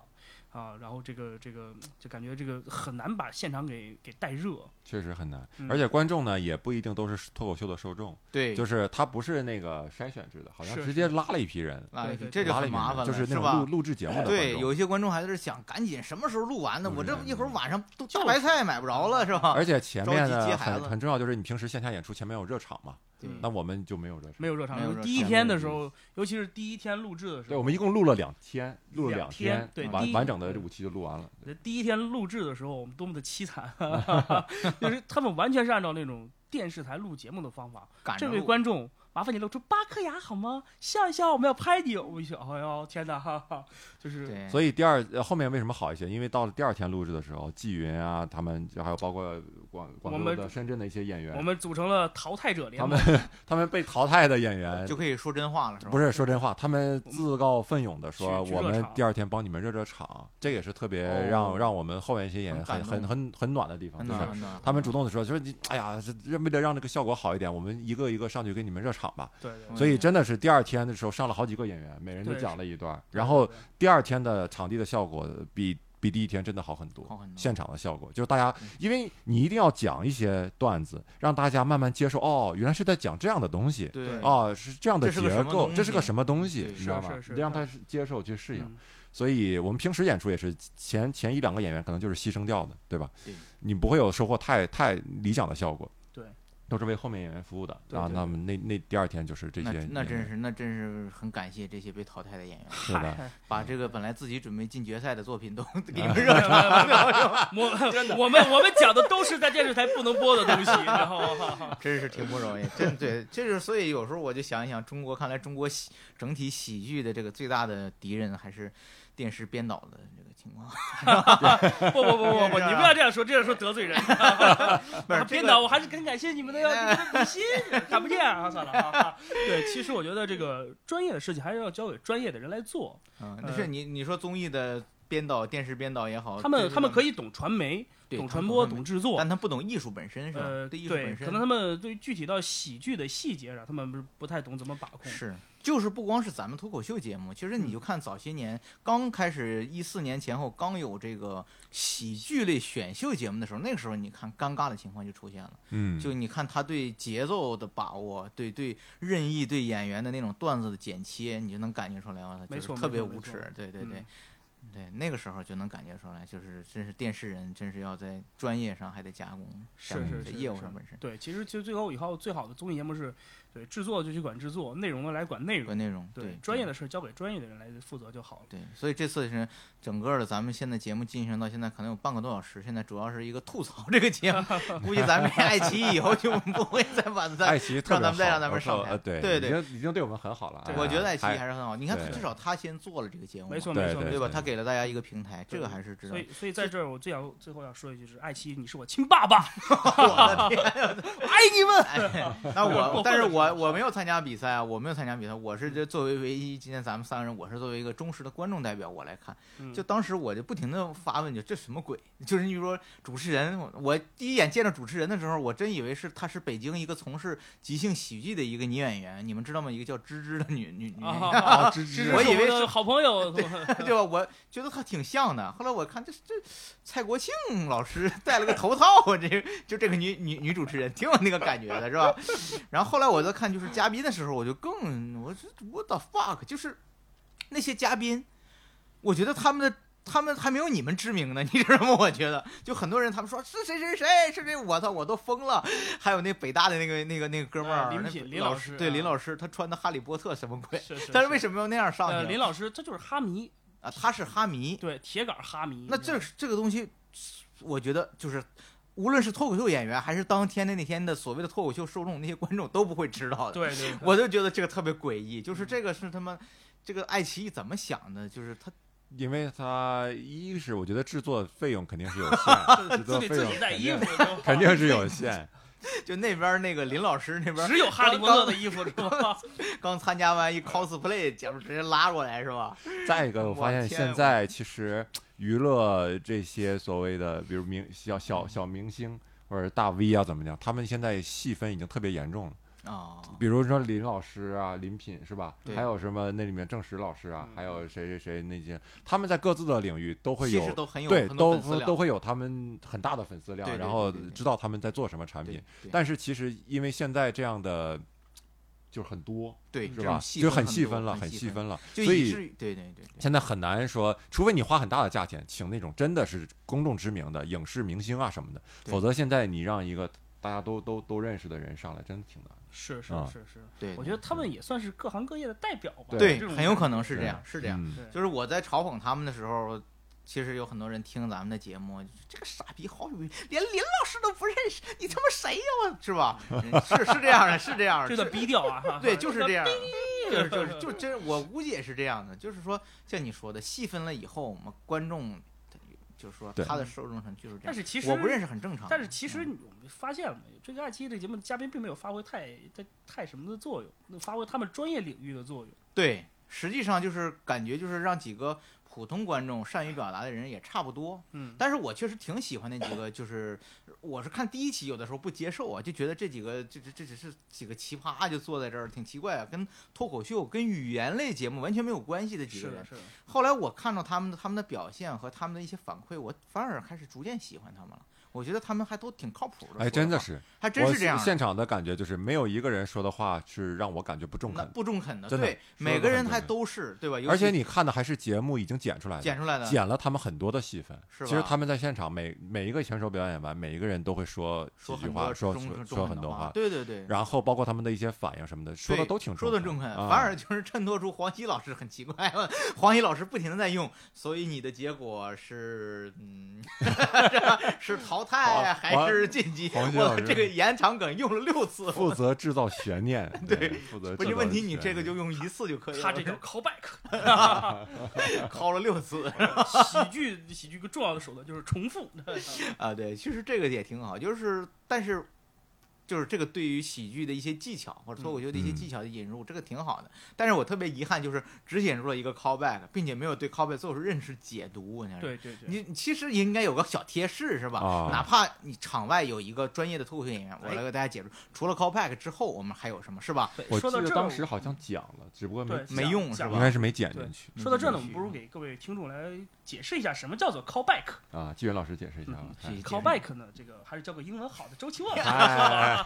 [SPEAKER 2] 啊，然后这个这个就感觉这个很难把现场给给带热，
[SPEAKER 3] 确实很难
[SPEAKER 2] 嗯。
[SPEAKER 3] 而且观众呢也不一定都是脱口秀的受众，
[SPEAKER 1] 对，
[SPEAKER 3] 就是他不是那个筛选制的，好像
[SPEAKER 2] 是
[SPEAKER 3] 直接拉了一批人，
[SPEAKER 1] 拉了一
[SPEAKER 2] 对
[SPEAKER 1] 批，
[SPEAKER 2] 对
[SPEAKER 1] 这就
[SPEAKER 3] 拉了
[SPEAKER 1] 很
[SPEAKER 3] 一批
[SPEAKER 1] 麻
[SPEAKER 3] 人
[SPEAKER 1] 烦
[SPEAKER 3] 就
[SPEAKER 1] 了，
[SPEAKER 3] 是那种
[SPEAKER 1] 吧
[SPEAKER 3] 录？录制节目的观
[SPEAKER 1] 对，
[SPEAKER 3] 众
[SPEAKER 1] 有一些观众还在这想，赶紧什么时候录完呢？
[SPEAKER 3] 录
[SPEAKER 1] 我这
[SPEAKER 3] 完
[SPEAKER 1] 一会儿
[SPEAKER 3] 嗯
[SPEAKER 1] 晚上都
[SPEAKER 2] 就
[SPEAKER 1] 大白菜买不着了，是吧？
[SPEAKER 3] 而且前
[SPEAKER 1] 着
[SPEAKER 3] 面
[SPEAKER 1] 急
[SPEAKER 3] 呢
[SPEAKER 1] 接孩
[SPEAKER 3] 很
[SPEAKER 1] 子
[SPEAKER 3] 很重要，就是你平时线下演出前面有热场嘛，
[SPEAKER 1] 对
[SPEAKER 2] 嗯
[SPEAKER 3] 那我们就没有热场。
[SPEAKER 2] 没有热
[SPEAKER 1] 没有
[SPEAKER 2] 场。
[SPEAKER 1] 热
[SPEAKER 2] 第一
[SPEAKER 1] 场
[SPEAKER 2] 天的时候，尤其是第一天录制的时
[SPEAKER 3] 对，
[SPEAKER 2] 候，
[SPEAKER 3] 我们一共录了两天，录了
[SPEAKER 2] 两天
[SPEAKER 3] 天，
[SPEAKER 2] 对第
[SPEAKER 3] 完
[SPEAKER 2] 一
[SPEAKER 3] 完整的五期就录完了。
[SPEAKER 2] 第一天录制的时候，我们多么的凄惨，啊 就是他们完全是按照那种电视台录节目的方法。
[SPEAKER 1] 赶着
[SPEAKER 2] 这位
[SPEAKER 1] 录
[SPEAKER 2] 观众，麻烦你露出八颗牙好吗？笑一笑，我们要拍你。我一想，哎呦，天哪，哈哈，就是
[SPEAKER 1] 对，
[SPEAKER 3] 所以第二呃后面为什么好一些？因为到了第二天录制的时候，纪云啊，他们就还有包括广
[SPEAKER 2] 我
[SPEAKER 3] 广州
[SPEAKER 2] 们
[SPEAKER 3] 的、深圳的一些演
[SPEAKER 2] 我
[SPEAKER 3] 员，
[SPEAKER 2] 们组成了淘汰者联
[SPEAKER 3] 他
[SPEAKER 2] 盟
[SPEAKER 3] 们。他们被淘汰的演员
[SPEAKER 1] 就可以说真话了，是吧？
[SPEAKER 3] 不是说真话，他们自告奋勇的说，
[SPEAKER 2] 去去
[SPEAKER 3] 我
[SPEAKER 2] 热
[SPEAKER 3] 们
[SPEAKER 2] 场
[SPEAKER 3] 第二天帮你们热热场，这也是特别让、
[SPEAKER 1] 哦
[SPEAKER 3] 让我们后面一些演员
[SPEAKER 1] 很
[SPEAKER 3] 很
[SPEAKER 1] 感
[SPEAKER 3] 很
[SPEAKER 1] 动
[SPEAKER 3] 很很暖的地方，
[SPEAKER 1] 很
[SPEAKER 3] 就
[SPEAKER 1] 暖
[SPEAKER 3] 是
[SPEAKER 1] 很暖。
[SPEAKER 3] 他们主动的说，就是你，哎呀，这这为了让这个效果好一点，我们一个一个上去给你们热场吧。
[SPEAKER 2] 对对
[SPEAKER 1] 嗯
[SPEAKER 3] 所以真的是第二天的时候上了好几个演员，每人都
[SPEAKER 2] 对
[SPEAKER 3] 讲了一段儿，
[SPEAKER 2] 对
[SPEAKER 3] 然后第二天的场地的效果比比第一天真的好很多
[SPEAKER 1] 好嗯很，多
[SPEAKER 3] 现场的效果就是大家，因为你一定要讲一些段子，让大家慢慢接受，哦，原来是在讲这样的东西，
[SPEAKER 1] 对
[SPEAKER 2] 对，
[SPEAKER 3] 哦，是这样的
[SPEAKER 1] 这是
[SPEAKER 3] 结
[SPEAKER 1] 个什么
[SPEAKER 3] 构
[SPEAKER 1] 东，西
[SPEAKER 3] 这是个什么东西，
[SPEAKER 1] 对
[SPEAKER 3] 你知道吗
[SPEAKER 2] 是是？是
[SPEAKER 3] 让他接受去适应。
[SPEAKER 2] 嗯
[SPEAKER 3] 所以我们平时演出也是前前一两个演员可能就是牺牲掉的，对吧？
[SPEAKER 1] 对
[SPEAKER 3] 你不会有收获太太理想的效果。
[SPEAKER 2] 对，
[SPEAKER 3] 都是为后面演员服务的。
[SPEAKER 2] 对
[SPEAKER 3] 然后
[SPEAKER 2] 对
[SPEAKER 3] 那么那那第二天就是这些
[SPEAKER 1] 那
[SPEAKER 3] 演员，
[SPEAKER 1] 那真是那真是很感谢这些被淘汰的演员，
[SPEAKER 3] 是的，
[SPEAKER 1] 把这个本来自己准备进决赛的作品都 给你
[SPEAKER 3] 啊
[SPEAKER 1] 们热
[SPEAKER 2] 没有没有 没有我我们我们讲的都是在电视台不能播的东西，然后好好
[SPEAKER 1] 真是挺不容易，真对，这就是所以有时候我就想一想，中国看来中国喜整体喜剧的这个最大的敌人还是电视编导的这个 情况，
[SPEAKER 2] 不不不不不，
[SPEAKER 1] 是啊
[SPEAKER 2] 你不要这样说，这样说得罪人。
[SPEAKER 1] 不是
[SPEAKER 2] 编
[SPEAKER 1] 这个
[SPEAKER 2] 导，我还是很感谢你们的呀，你 们的比心，看不见啊，算了啊。啊对，其实我觉得这个专业的事情还是要交给专业的人来做，
[SPEAKER 1] 嗯，那是你你说综艺的编导、电视编导也好，
[SPEAKER 2] 呃他们他们可
[SPEAKER 1] 以
[SPEAKER 2] 以懂传媒、懂传
[SPEAKER 1] 传
[SPEAKER 2] 播、懂制作
[SPEAKER 1] 但，他不懂艺术本身是吧？
[SPEAKER 2] 呃，
[SPEAKER 1] 对艺术本
[SPEAKER 2] 对，
[SPEAKER 1] 身
[SPEAKER 2] 可能他们对具体到喜剧的细节上，他们不是不太懂嗯怎么把控。
[SPEAKER 1] 是，就是不光是咱们脱口秀节目，其实你就看早些年刚开始一四年前后刚有这个喜剧类选秀节目的时候，那个时候你看尴尬的情况就出现了，
[SPEAKER 3] 嗯，
[SPEAKER 1] 就你看他对节奏的把握，对对任意对演员的那种段子的剪切，你就能感觉出来，哇塞，
[SPEAKER 2] 没
[SPEAKER 1] 就是
[SPEAKER 2] 错
[SPEAKER 1] 特
[SPEAKER 2] 没
[SPEAKER 1] 别
[SPEAKER 2] 错没
[SPEAKER 1] 无
[SPEAKER 2] 错
[SPEAKER 1] 耻，对对对。
[SPEAKER 2] 嗯
[SPEAKER 1] 对，那个时候就能感觉出来，就是真是电视人，真是要在专业上还得加工，加
[SPEAKER 2] 是
[SPEAKER 1] 工
[SPEAKER 2] 是
[SPEAKER 1] 在
[SPEAKER 2] 是
[SPEAKER 1] 业务
[SPEAKER 2] 是
[SPEAKER 1] 上本身，
[SPEAKER 2] 对，其实其实最后以后最好的综艺节目是，对制作就去管制作，内容的来管内容
[SPEAKER 1] 管，内容，对
[SPEAKER 2] 专业
[SPEAKER 1] 的。
[SPEAKER 2] 的事儿交给专业的人来负责就好了。
[SPEAKER 1] 对，所以这次是整个的咱们现在节目进行到现在可能有半个多小时，现在主要是一个吐槽这个节 目，估计咱们爱奇艺以后就不会再把 它。
[SPEAKER 3] 爱奇艺特
[SPEAKER 1] 让
[SPEAKER 3] 别
[SPEAKER 1] 咱们再
[SPEAKER 3] 好
[SPEAKER 1] 让咱们
[SPEAKER 3] 我
[SPEAKER 1] 上
[SPEAKER 3] 说
[SPEAKER 1] 台
[SPEAKER 3] 呃对
[SPEAKER 1] 对对
[SPEAKER 3] 已经已经对我们很好了啊。
[SPEAKER 1] 我觉得爱奇艺还
[SPEAKER 3] 还
[SPEAKER 1] 是很好，你看他
[SPEAKER 3] 对
[SPEAKER 1] 至少他先做了这个节目嘛，
[SPEAKER 2] 没错
[SPEAKER 3] 对
[SPEAKER 2] 没错
[SPEAKER 3] 对
[SPEAKER 2] 没
[SPEAKER 1] 对
[SPEAKER 2] 错。
[SPEAKER 1] 吧？他给了大家一个平台，这
[SPEAKER 2] 对
[SPEAKER 1] 个还是值得
[SPEAKER 2] 所。以所以在这儿我最想最后要说一句是，爱奇艺你是我亲爸爸，
[SPEAKER 1] 我的天，爱你们！ 哎那
[SPEAKER 2] 过分
[SPEAKER 1] 我
[SPEAKER 2] 了，
[SPEAKER 1] 但是我
[SPEAKER 2] 是吧
[SPEAKER 1] 我没有参加比赛啊，我没有参加比赛，我是这作为唯一今天咱们三个人，我是作为一个忠实的观众代表，我来看。
[SPEAKER 2] 嗯
[SPEAKER 1] 就当时我就不停的发问，就这什么鬼？就是你说主持人，我我第一眼见到主持人的时候，我真以为是她是北京一个从事即兴喜剧的一个女演员，你们知道吗？一个叫芝芝的女女 女，
[SPEAKER 2] 啊
[SPEAKER 3] 啊，芝芝
[SPEAKER 2] 是
[SPEAKER 1] 我以为
[SPEAKER 2] 的
[SPEAKER 1] 是
[SPEAKER 2] 好朋友，
[SPEAKER 1] 对 吧？我觉得她挺像的。后来我看这这蔡国庆老师 戴了个头套，这就这个女女女主持人挺有那个感觉的，是吧？ 然后后来我在看就是嘉宾的时候，我就更我这 what the fuck，就是那些嘉宾，我觉得他们的他们还没有你们知名呢，你知道吗？我觉得就很多人他们说是谁谁谁是谁，我操，我都疯了。还有那北大的那个那个那个哥们儿、
[SPEAKER 2] 啊林
[SPEAKER 1] 那
[SPEAKER 2] 品
[SPEAKER 1] 个
[SPEAKER 2] 林
[SPEAKER 1] 老
[SPEAKER 2] 老师
[SPEAKER 1] 对
[SPEAKER 2] 啊
[SPEAKER 1] 林老师，他穿的哈利波特什么鬼？
[SPEAKER 2] 是是
[SPEAKER 1] 但是为
[SPEAKER 2] 么？
[SPEAKER 1] 什么要那样上去
[SPEAKER 2] 呃，
[SPEAKER 1] 呢？
[SPEAKER 2] 林老师他就是哈迷，
[SPEAKER 1] 啊，他是哈迷，
[SPEAKER 2] 对，铁杆哈迷。
[SPEAKER 1] 那这这个东西，我觉得就是，无论是脱口秀演员，还是当天的那天的所谓的脱口秀受众，那些观众都不会知道的。
[SPEAKER 2] 对 对，
[SPEAKER 1] 我就觉得这个特别诡异，就是这个是他妈，这个爱奇艺怎么想的？就是他
[SPEAKER 3] 因为他一是我觉得制作费用肯定是有 限，制
[SPEAKER 2] 自
[SPEAKER 3] 作
[SPEAKER 2] 己
[SPEAKER 3] 费
[SPEAKER 2] 自
[SPEAKER 3] 用
[SPEAKER 2] 己带
[SPEAKER 3] 肯
[SPEAKER 2] 衣
[SPEAKER 3] 定
[SPEAKER 2] 服都好，
[SPEAKER 3] 肯定是有限。
[SPEAKER 1] 就那边那个林老师那边
[SPEAKER 2] 只有哈利波特的衣服是吧？
[SPEAKER 1] 刚参加完一 cosplay 节目，直接拉过来是吧？
[SPEAKER 3] 再一个，我
[SPEAKER 1] 我
[SPEAKER 3] 发现
[SPEAKER 1] 天
[SPEAKER 3] 现
[SPEAKER 1] 我
[SPEAKER 3] 在其实娱乐这些所谓的，比如明小小小明星或者大 V 啊，怎么讲，他们现在细分已经特别严重了。
[SPEAKER 1] 啊、
[SPEAKER 3] 比如说林老师啊，林品是吧？
[SPEAKER 1] 对
[SPEAKER 3] 还有什么那里面郑石老师啊，
[SPEAKER 2] 嗯
[SPEAKER 3] 还有谁谁谁那些，他们在各自的领域都会
[SPEAKER 1] 其实
[SPEAKER 3] 有。
[SPEAKER 1] 都很有
[SPEAKER 3] 对，
[SPEAKER 1] 很多粉
[SPEAKER 3] 都
[SPEAKER 1] 丝量
[SPEAKER 3] 都会有他们很大的粉丝量，
[SPEAKER 1] 对对
[SPEAKER 3] 然
[SPEAKER 1] 对
[SPEAKER 3] 后
[SPEAKER 1] 对对
[SPEAKER 3] 知道他们在做什么产
[SPEAKER 1] 对
[SPEAKER 3] 品。
[SPEAKER 1] 对
[SPEAKER 3] 但是其实因为现在这样的就是很多，
[SPEAKER 1] 对
[SPEAKER 3] 是
[SPEAKER 1] 这
[SPEAKER 3] 吧
[SPEAKER 1] 种？细
[SPEAKER 3] 就
[SPEAKER 1] 分
[SPEAKER 3] 很
[SPEAKER 1] 很
[SPEAKER 3] 细
[SPEAKER 1] 多
[SPEAKER 3] 分了，
[SPEAKER 1] 很
[SPEAKER 3] 很
[SPEAKER 1] 细
[SPEAKER 3] 细
[SPEAKER 1] 分
[SPEAKER 3] 分了。
[SPEAKER 1] 就
[SPEAKER 3] 所
[SPEAKER 1] 以
[SPEAKER 3] 以
[SPEAKER 1] 至于对对对对，
[SPEAKER 3] 现在很难说，除非你花很大的价钱，请那种真的是公众知名的影视明星啊什么的，
[SPEAKER 1] 对
[SPEAKER 3] 否则现在你让一个大家都都都认识的人上来，真的挺难。
[SPEAKER 2] 是是
[SPEAKER 3] 啊
[SPEAKER 2] 是是，
[SPEAKER 1] 对
[SPEAKER 2] 我觉得他们也算是各行各业的代表吧。
[SPEAKER 1] 对
[SPEAKER 2] 这种
[SPEAKER 1] 很有可能是这
[SPEAKER 3] 对
[SPEAKER 1] 样，是这样。
[SPEAKER 3] 嗯
[SPEAKER 2] 对
[SPEAKER 1] 就是我在嘲讽他们的时候，其实有很多人听咱们的节目，就是这个傻逼好友连林老师都不认识，你他妈谁呀、我是吧？嗯是是这样的，是这样
[SPEAKER 2] 这
[SPEAKER 1] 的，
[SPEAKER 2] 个
[SPEAKER 1] 是
[SPEAKER 2] 逼调啊，哈
[SPEAKER 1] 对，就是 这。样的。就是
[SPEAKER 2] 个
[SPEAKER 1] 就是就真，我估计也是这样的。就是说，像你说的，细分了以后，我们观众就是说
[SPEAKER 3] 对
[SPEAKER 1] 他的受众层就是这样。
[SPEAKER 2] 但是其实
[SPEAKER 1] 我不认识很正常。
[SPEAKER 2] 但是其实
[SPEAKER 1] 嗯
[SPEAKER 2] 你我们发现了没有，这个爱奇艺这节目嘉宾并没有发挥太太太什么的作用，发挥他们专业领域的作用。
[SPEAKER 1] 对，实际上就是感觉就是让几个普通观众、善于表达的人也差不多。
[SPEAKER 2] 嗯，
[SPEAKER 1] 但是我确实挺喜欢那几个，就是我是看第一期，有的时候不接受啊，就觉得这几个这这这只是几个奇葩，就坐在这儿挺奇怪啊，跟脱口秀、跟语言类节目完全没有关系的几个
[SPEAKER 2] 是的，
[SPEAKER 1] 人。
[SPEAKER 2] 是的，
[SPEAKER 1] 后来我看到他们的他们的表现和他们的一些反馈，我反而开始逐渐喜欢他们了。我觉得他们还都挺靠谱的，
[SPEAKER 3] 哎，真的
[SPEAKER 1] 的，
[SPEAKER 3] 是，
[SPEAKER 1] 还真
[SPEAKER 3] 我
[SPEAKER 1] 是这样的。啊
[SPEAKER 3] 现场的感觉就是没有一个人说的话是让我感觉不中
[SPEAKER 1] 那
[SPEAKER 3] 肯，
[SPEAKER 1] 不中肯的，
[SPEAKER 3] 真的
[SPEAKER 1] 对，
[SPEAKER 3] 说得
[SPEAKER 1] 每个
[SPEAKER 3] 很
[SPEAKER 1] 人
[SPEAKER 3] 中
[SPEAKER 1] 还
[SPEAKER 3] 肯
[SPEAKER 1] 都是对吧？尤
[SPEAKER 3] 而且
[SPEAKER 1] 其
[SPEAKER 3] 你看的还是节目已经剪出来的，
[SPEAKER 1] 剪出来的，
[SPEAKER 3] 剪了他们很多的戏份。
[SPEAKER 1] 是吧
[SPEAKER 3] 其实他们在现场每每一个选手表演完，每一个人都会说几
[SPEAKER 1] 说
[SPEAKER 3] 句
[SPEAKER 1] 很
[SPEAKER 3] 话，
[SPEAKER 1] 多
[SPEAKER 3] 说
[SPEAKER 1] 中
[SPEAKER 3] 说
[SPEAKER 1] 中中
[SPEAKER 3] 说很
[SPEAKER 1] 肯的
[SPEAKER 3] 多话，
[SPEAKER 1] 对对对，
[SPEAKER 3] 然后包括他们的一些反应什么的，说的
[SPEAKER 1] 对
[SPEAKER 3] 都挺
[SPEAKER 1] 说的中肯，
[SPEAKER 3] 啊
[SPEAKER 1] 反而就是衬托出黄西老师很奇怪了。黄西老师不停的在用，所以你的结果是嗯， 是淘汰
[SPEAKER 3] 黄
[SPEAKER 1] 还是晋级？
[SPEAKER 3] 黄西老
[SPEAKER 1] 我
[SPEAKER 3] 师
[SPEAKER 1] 这个延长梗用了六次，
[SPEAKER 3] 负责制造 悬念，对，负责
[SPEAKER 1] 不
[SPEAKER 3] 制
[SPEAKER 1] 是
[SPEAKER 3] 造
[SPEAKER 1] 问题，你
[SPEAKER 3] 悬
[SPEAKER 1] 这个
[SPEAKER 3] 念
[SPEAKER 1] 就用一次就可以了。
[SPEAKER 2] 他 这叫 callback。
[SPEAKER 1] 考了六次
[SPEAKER 2] 喜剧喜剧一个重要的手段就是重复。
[SPEAKER 1] 啊，对，其实这个也挺好，就是但是。就是这个对于喜剧的一些技巧或者脱口秀的一些
[SPEAKER 3] 嗯
[SPEAKER 1] 技巧的引入，这个挺好的。但是我特别遗憾，就是只引入了一个 callback，并且没有对 callback 做出认识解读。你知道吗
[SPEAKER 2] 对对对，
[SPEAKER 1] 你你其实应该有个小贴士是吧？
[SPEAKER 3] 啊
[SPEAKER 1] 哪怕你场外有一个专业的脱口秀演员，我
[SPEAKER 2] 哎
[SPEAKER 1] 来给大家解释，除了 callback 之后，我们还有什么是吧？
[SPEAKER 2] 对
[SPEAKER 3] 我
[SPEAKER 2] 说到
[SPEAKER 3] 记得
[SPEAKER 2] 这儿
[SPEAKER 3] 当时好像讲了，只不过没
[SPEAKER 2] 对
[SPEAKER 1] 没用是
[SPEAKER 2] 讲
[SPEAKER 3] 应
[SPEAKER 1] 吧
[SPEAKER 3] 该是没剪
[SPEAKER 2] 对
[SPEAKER 3] 进去
[SPEAKER 2] 说到这儿呢，
[SPEAKER 1] 嗯
[SPEAKER 2] 我们不如给各位听众来解释一下什么叫做 callback。
[SPEAKER 3] 啊。纪元老师解释一下吧。
[SPEAKER 1] 嗯
[SPEAKER 3] 哎
[SPEAKER 1] 解释
[SPEAKER 2] callback 呢，这个还是交给英文好的周奇墨老师
[SPEAKER 3] 哎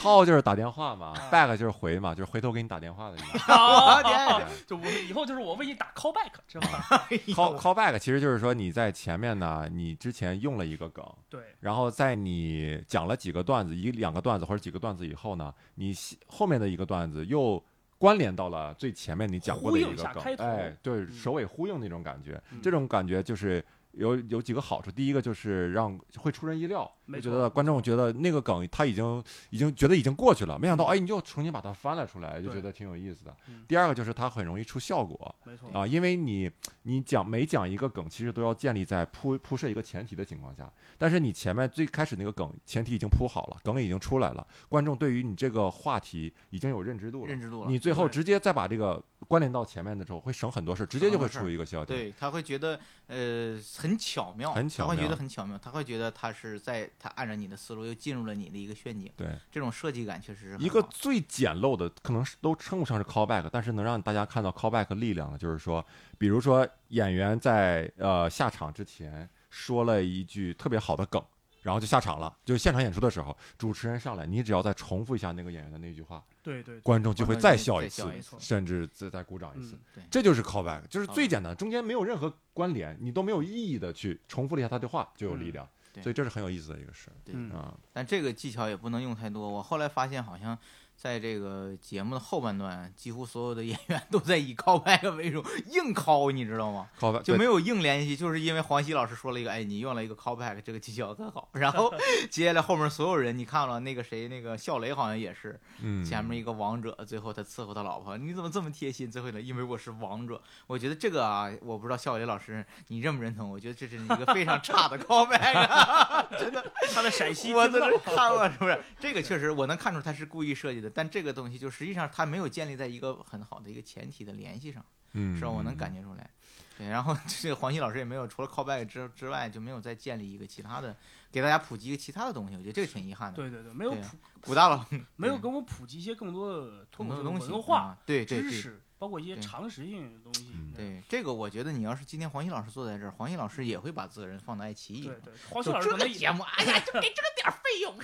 [SPEAKER 3] call 就是打电话嘛
[SPEAKER 2] 啊
[SPEAKER 3] ，back 就是回嘛，就是回头给你打电话的意思。
[SPEAKER 1] 我
[SPEAKER 2] 啊。
[SPEAKER 1] 天，
[SPEAKER 2] 就我以后就是我为你打 callback，知道吧？
[SPEAKER 3] call callback 其实就是说你在前面呢，你之前用了一个梗，
[SPEAKER 2] 对，
[SPEAKER 3] 然后在你讲了几个段子，一两个段子或者几个段子以后呢，你西后面的一个段子又关联到了最前面你讲过的
[SPEAKER 2] 呼应
[SPEAKER 3] 一
[SPEAKER 2] 一
[SPEAKER 3] 个
[SPEAKER 2] 下
[SPEAKER 3] 梗
[SPEAKER 2] 开，头
[SPEAKER 3] 哎，对，
[SPEAKER 2] 嗯
[SPEAKER 3] 首尾呼应那种感觉，
[SPEAKER 2] 嗯
[SPEAKER 3] 这种感觉就是。有有几个好处，第一个就是让会出人意料，
[SPEAKER 2] 没
[SPEAKER 3] 我
[SPEAKER 2] 错
[SPEAKER 3] 觉得观众觉得那个梗他已经已经觉得已经过去了，没想到哎你又重新把它翻了出来，就
[SPEAKER 2] 嗯对
[SPEAKER 3] 觉得挺有意思的
[SPEAKER 2] 嗯。
[SPEAKER 3] 第二个就是它很容易出效果，
[SPEAKER 2] 没错。
[SPEAKER 1] 嗯
[SPEAKER 3] 啊，因为你你讲每讲一个梗，其实都要建立在铺铺设一个前提的情况下，但是你前面最开始那个梗前提已经铺好了，梗已经出来了，观众对于你这个话题已经有认知度了
[SPEAKER 1] 认，知度了
[SPEAKER 3] 你。最后
[SPEAKER 2] 对
[SPEAKER 3] 直接再把这个关联到前面的时候，会省很多事，直接
[SPEAKER 1] 很
[SPEAKER 3] 就
[SPEAKER 1] 多
[SPEAKER 3] 会
[SPEAKER 1] 事
[SPEAKER 3] 出一个笑点。
[SPEAKER 1] 对他会觉得呃很巧妙，
[SPEAKER 3] 很巧
[SPEAKER 1] 他会觉
[SPEAKER 3] 妙
[SPEAKER 1] 得很巧妙，他会觉得他是在他按照你的思路又进入了你的一个陷阱，
[SPEAKER 3] 对，
[SPEAKER 1] 这种设计感确实是很
[SPEAKER 3] 一个
[SPEAKER 1] 好
[SPEAKER 3] 最简陋的，可能是都称不上是 callback，但是能让大家看到 callback 力量的，就是说，比如说演员在呃下场之前说了一句特别好的梗，然后就下场了，就是现场演出的时候，主持人上来，你只要再重复一下那个演员的那句话，
[SPEAKER 2] 对对，对
[SPEAKER 3] 观众就会再笑一次
[SPEAKER 1] 观众就会再笑一，
[SPEAKER 2] 没错。
[SPEAKER 3] 甚至再再鼓掌一次
[SPEAKER 2] 嗯。
[SPEAKER 1] 对
[SPEAKER 3] 这就是 callback，就是
[SPEAKER 1] 嗯
[SPEAKER 3] 最简单，中间没有任何关联，你都没有意义的去重复了一下他的话，就有力量。
[SPEAKER 1] 嗯对
[SPEAKER 3] 所以这是很有意思的一个事儿
[SPEAKER 1] 对
[SPEAKER 2] 嗯，
[SPEAKER 3] 啊。
[SPEAKER 1] 但这个技巧也不能用太多。我后来发现，好像在这个节目的后半段，几乎所有的演员都在以 callback 为主，硬 call，你知道吗？
[SPEAKER 3] callback
[SPEAKER 1] 就
[SPEAKER 3] 对
[SPEAKER 1] 没有硬联系，就是因为黄西老师说了一个，哎，你用了一个 callback，这个技巧特好。然 后接下来后面所有人，你看了那个谁，那个笑雷好像也是，
[SPEAKER 3] 嗯
[SPEAKER 1] 前面一个王者，最后他伺候他老婆，你怎么这么贴心？最后呢，因为我是王者，我觉得这个啊，我不知道笑雷老师你认不认同？我觉得这是一个非常差的 callback，真的。
[SPEAKER 2] 他在陕西
[SPEAKER 1] 我
[SPEAKER 2] 听
[SPEAKER 1] 在
[SPEAKER 2] 到
[SPEAKER 1] 这看了，是不是？这个确实我能看出他是故意设计的，但这个东西就实际上他没有建立在一个很好的一个前提的联系上，
[SPEAKER 3] 嗯，
[SPEAKER 1] 是吧？我能感
[SPEAKER 3] 觉。
[SPEAKER 1] 觉出来。对，然后 这个黄西老师也没有，除了 callback 之之外，就没有再建立一个其他的，给大家普及一个其他的东西，我觉得这个挺遗憾的。
[SPEAKER 2] 对对对，没有
[SPEAKER 1] 对啊
[SPEAKER 2] 普
[SPEAKER 1] 古大佬
[SPEAKER 2] 没有给我普及一些更多的脱
[SPEAKER 1] 很多
[SPEAKER 2] 口秀
[SPEAKER 1] 东西
[SPEAKER 2] 文化、
[SPEAKER 1] 啊对对
[SPEAKER 2] 知
[SPEAKER 1] 对
[SPEAKER 2] 识，包括一些
[SPEAKER 1] 对
[SPEAKER 2] 常识性的东西。
[SPEAKER 3] 嗯
[SPEAKER 2] 对
[SPEAKER 1] 对，这个我觉得你要是今天黄西老师坐在这儿，黄西老师也会把责任放到爱奇艺
[SPEAKER 2] 对
[SPEAKER 1] 上。
[SPEAKER 2] 对，黄旭
[SPEAKER 1] 就
[SPEAKER 2] 老师
[SPEAKER 1] 这
[SPEAKER 2] 可
[SPEAKER 1] 个
[SPEAKER 2] 能也
[SPEAKER 1] 节目，哎呀，就给这个点儿费用，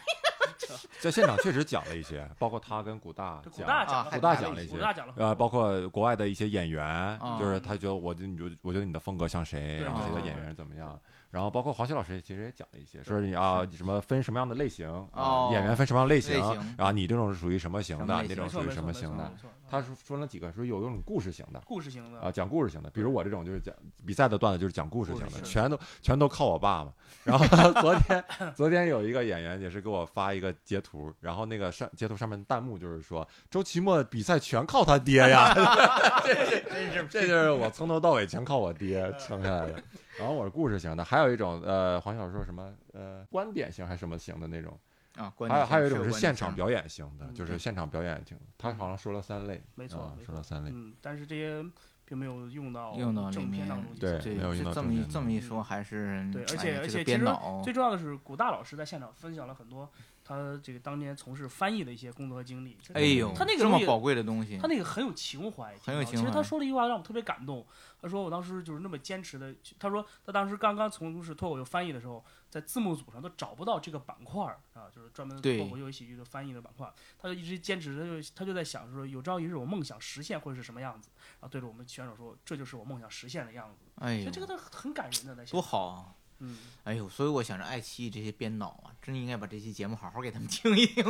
[SPEAKER 3] 在现场确实讲了一些，包括他跟古大
[SPEAKER 2] 这古
[SPEAKER 3] 讲，
[SPEAKER 2] 大
[SPEAKER 1] 啊
[SPEAKER 2] 讲了
[SPEAKER 1] 还
[SPEAKER 2] 很
[SPEAKER 3] 古大
[SPEAKER 2] 多
[SPEAKER 3] 讲了一些
[SPEAKER 2] 古大讲了很多，
[SPEAKER 3] 呃，包括国外的一些演员，
[SPEAKER 1] 啊
[SPEAKER 3] 就是他觉得我就你就我觉得你的风格像谁，
[SPEAKER 2] 对
[SPEAKER 3] 然后谁的
[SPEAKER 1] 对
[SPEAKER 3] 演
[SPEAKER 2] 对
[SPEAKER 3] 员怎么样，然后包括黄西老师其实也讲了一些，说你啊什么分什么样的类型，啊
[SPEAKER 1] 哦
[SPEAKER 3] 演员分什么样的类
[SPEAKER 1] 类型
[SPEAKER 3] 然后你这种是属于什么型
[SPEAKER 1] 什
[SPEAKER 3] 的，
[SPEAKER 1] 么
[SPEAKER 3] 你
[SPEAKER 1] 类
[SPEAKER 3] 这
[SPEAKER 1] 型
[SPEAKER 3] 种
[SPEAKER 2] 没
[SPEAKER 3] 属
[SPEAKER 2] 错
[SPEAKER 3] 于
[SPEAKER 2] 没错没
[SPEAKER 3] 什么型
[SPEAKER 2] 错
[SPEAKER 3] 的
[SPEAKER 2] 没。错，嗯
[SPEAKER 3] 他说说了几个，说有那种故事型的。
[SPEAKER 2] 故事型的
[SPEAKER 3] 啊，，讲故事型的，比如我这种就是讲比赛的段子，就是讲故事型
[SPEAKER 1] 故
[SPEAKER 3] 的，
[SPEAKER 1] 事型
[SPEAKER 3] 全都全都靠我爸嘛。然后昨天昨天有一个演员也是给我发一个截图，然后那个上截图上面弹幕就是说周奇墨比赛全靠他爹呀，
[SPEAKER 1] 真是
[SPEAKER 3] 这就是我从头到尾全靠我爹撑下来的。然后我是故事型的，还有一种呃，黄小说什么呃观点型还是什么型的那种，
[SPEAKER 1] 啊，关
[SPEAKER 3] 还有
[SPEAKER 1] 键
[SPEAKER 3] 还有一种
[SPEAKER 1] 是
[SPEAKER 3] 是
[SPEAKER 1] 关
[SPEAKER 3] 现
[SPEAKER 1] 键
[SPEAKER 3] 场
[SPEAKER 1] 是
[SPEAKER 3] 表演型的，
[SPEAKER 2] 嗯
[SPEAKER 3] 就是现场表演型的。他好像说了三类，
[SPEAKER 2] 没错嗯
[SPEAKER 3] 啊
[SPEAKER 2] 没
[SPEAKER 3] 说
[SPEAKER 2] 错
[SPEAKER 3] 了。三类。
[SPEAKER 2] 嗯，但是这些并没有用到
[SPEAKER 1] 用到里
[SPEAKER 2] 正片
[SPEAKER 1] 面
[SPEAKER 2] 当中一
[SPEAKER 3] 对
[SPEAKER 2] 些。
[SPEAKER 1] 对，
[SPEAKER 3] 没有
[SPEAKER 1] 是
[SPEAKER 3] 用到
[SPEAKER 1] 这
[SPEAKER 3] 中
[SPEAKER 1] 么一
[SPEAKER 3] 间
[SPEAKER 1] 这么一说，还是
[SPEAKER 2] 对，而
[SPEAKER 1] 哎
[SPEAKER 2] 且
[SPEAKER 1] 呀
[SPEAKER 2] 而
[SPEAKER 1] 这个
[SPEAKER 2] 且其
[SPEAKER 1] 编
[SPEAKER 2] 实
[SPEAKER 1] 导
[SPEAKER 2] 最重要的是，古大老师在现场分享了很多他这个当年从事翻译的一些工作和经历。
[SPEAKER 1] 哎呦，
[SPEAKER 2] 他那个
[SPEAKER 1] 这
[SPEAKER 2] 东
[SPEAKER 1] 么
[SPEAKER 2] 西
[SPEAKER 1] 宝贵的东西，
[SPEAKER 2] 他那个很有情怀，
[SPEAKER 1] 很有
[SPEAKER 2] 挺好
[SPEAKER 1] 情
[SPEAKER 2] 其实他
[SPEAKER 1] 怀
[SPEAKER 2] 说了一句话让我特别感动，他说我当时就是那么坚持的，他说他当时刚刚从事脱口秀翻译的时候，在字幕组上都找不到这个板块儿啊，就是专门
[SPEAKER 1] 对
[SPEAKER 2] 脱口秀喜剧的翻译的板块儿，他就一直坚持，他就他就在想说，有朝一日我梦想实现会是什么样子，然后对着我们选手说，这就是我梦想实现的样子，
[SPEAKER 1] 哎
[SPEAKER 2] 所以
[SPEAKER 1] 呦
[SPEAKER 2] 这，个他很感人的，在现
[SPEAKER 1] 多
[SPEAKER 2] 场，
[SPEAKER 1] 好啊！
[SPEAKER 2] 嗯，
[SPEAKER 1] 哎呦，所以我想着爱奇艺这些编导啊，真应该把这期节目好好给他们听一听。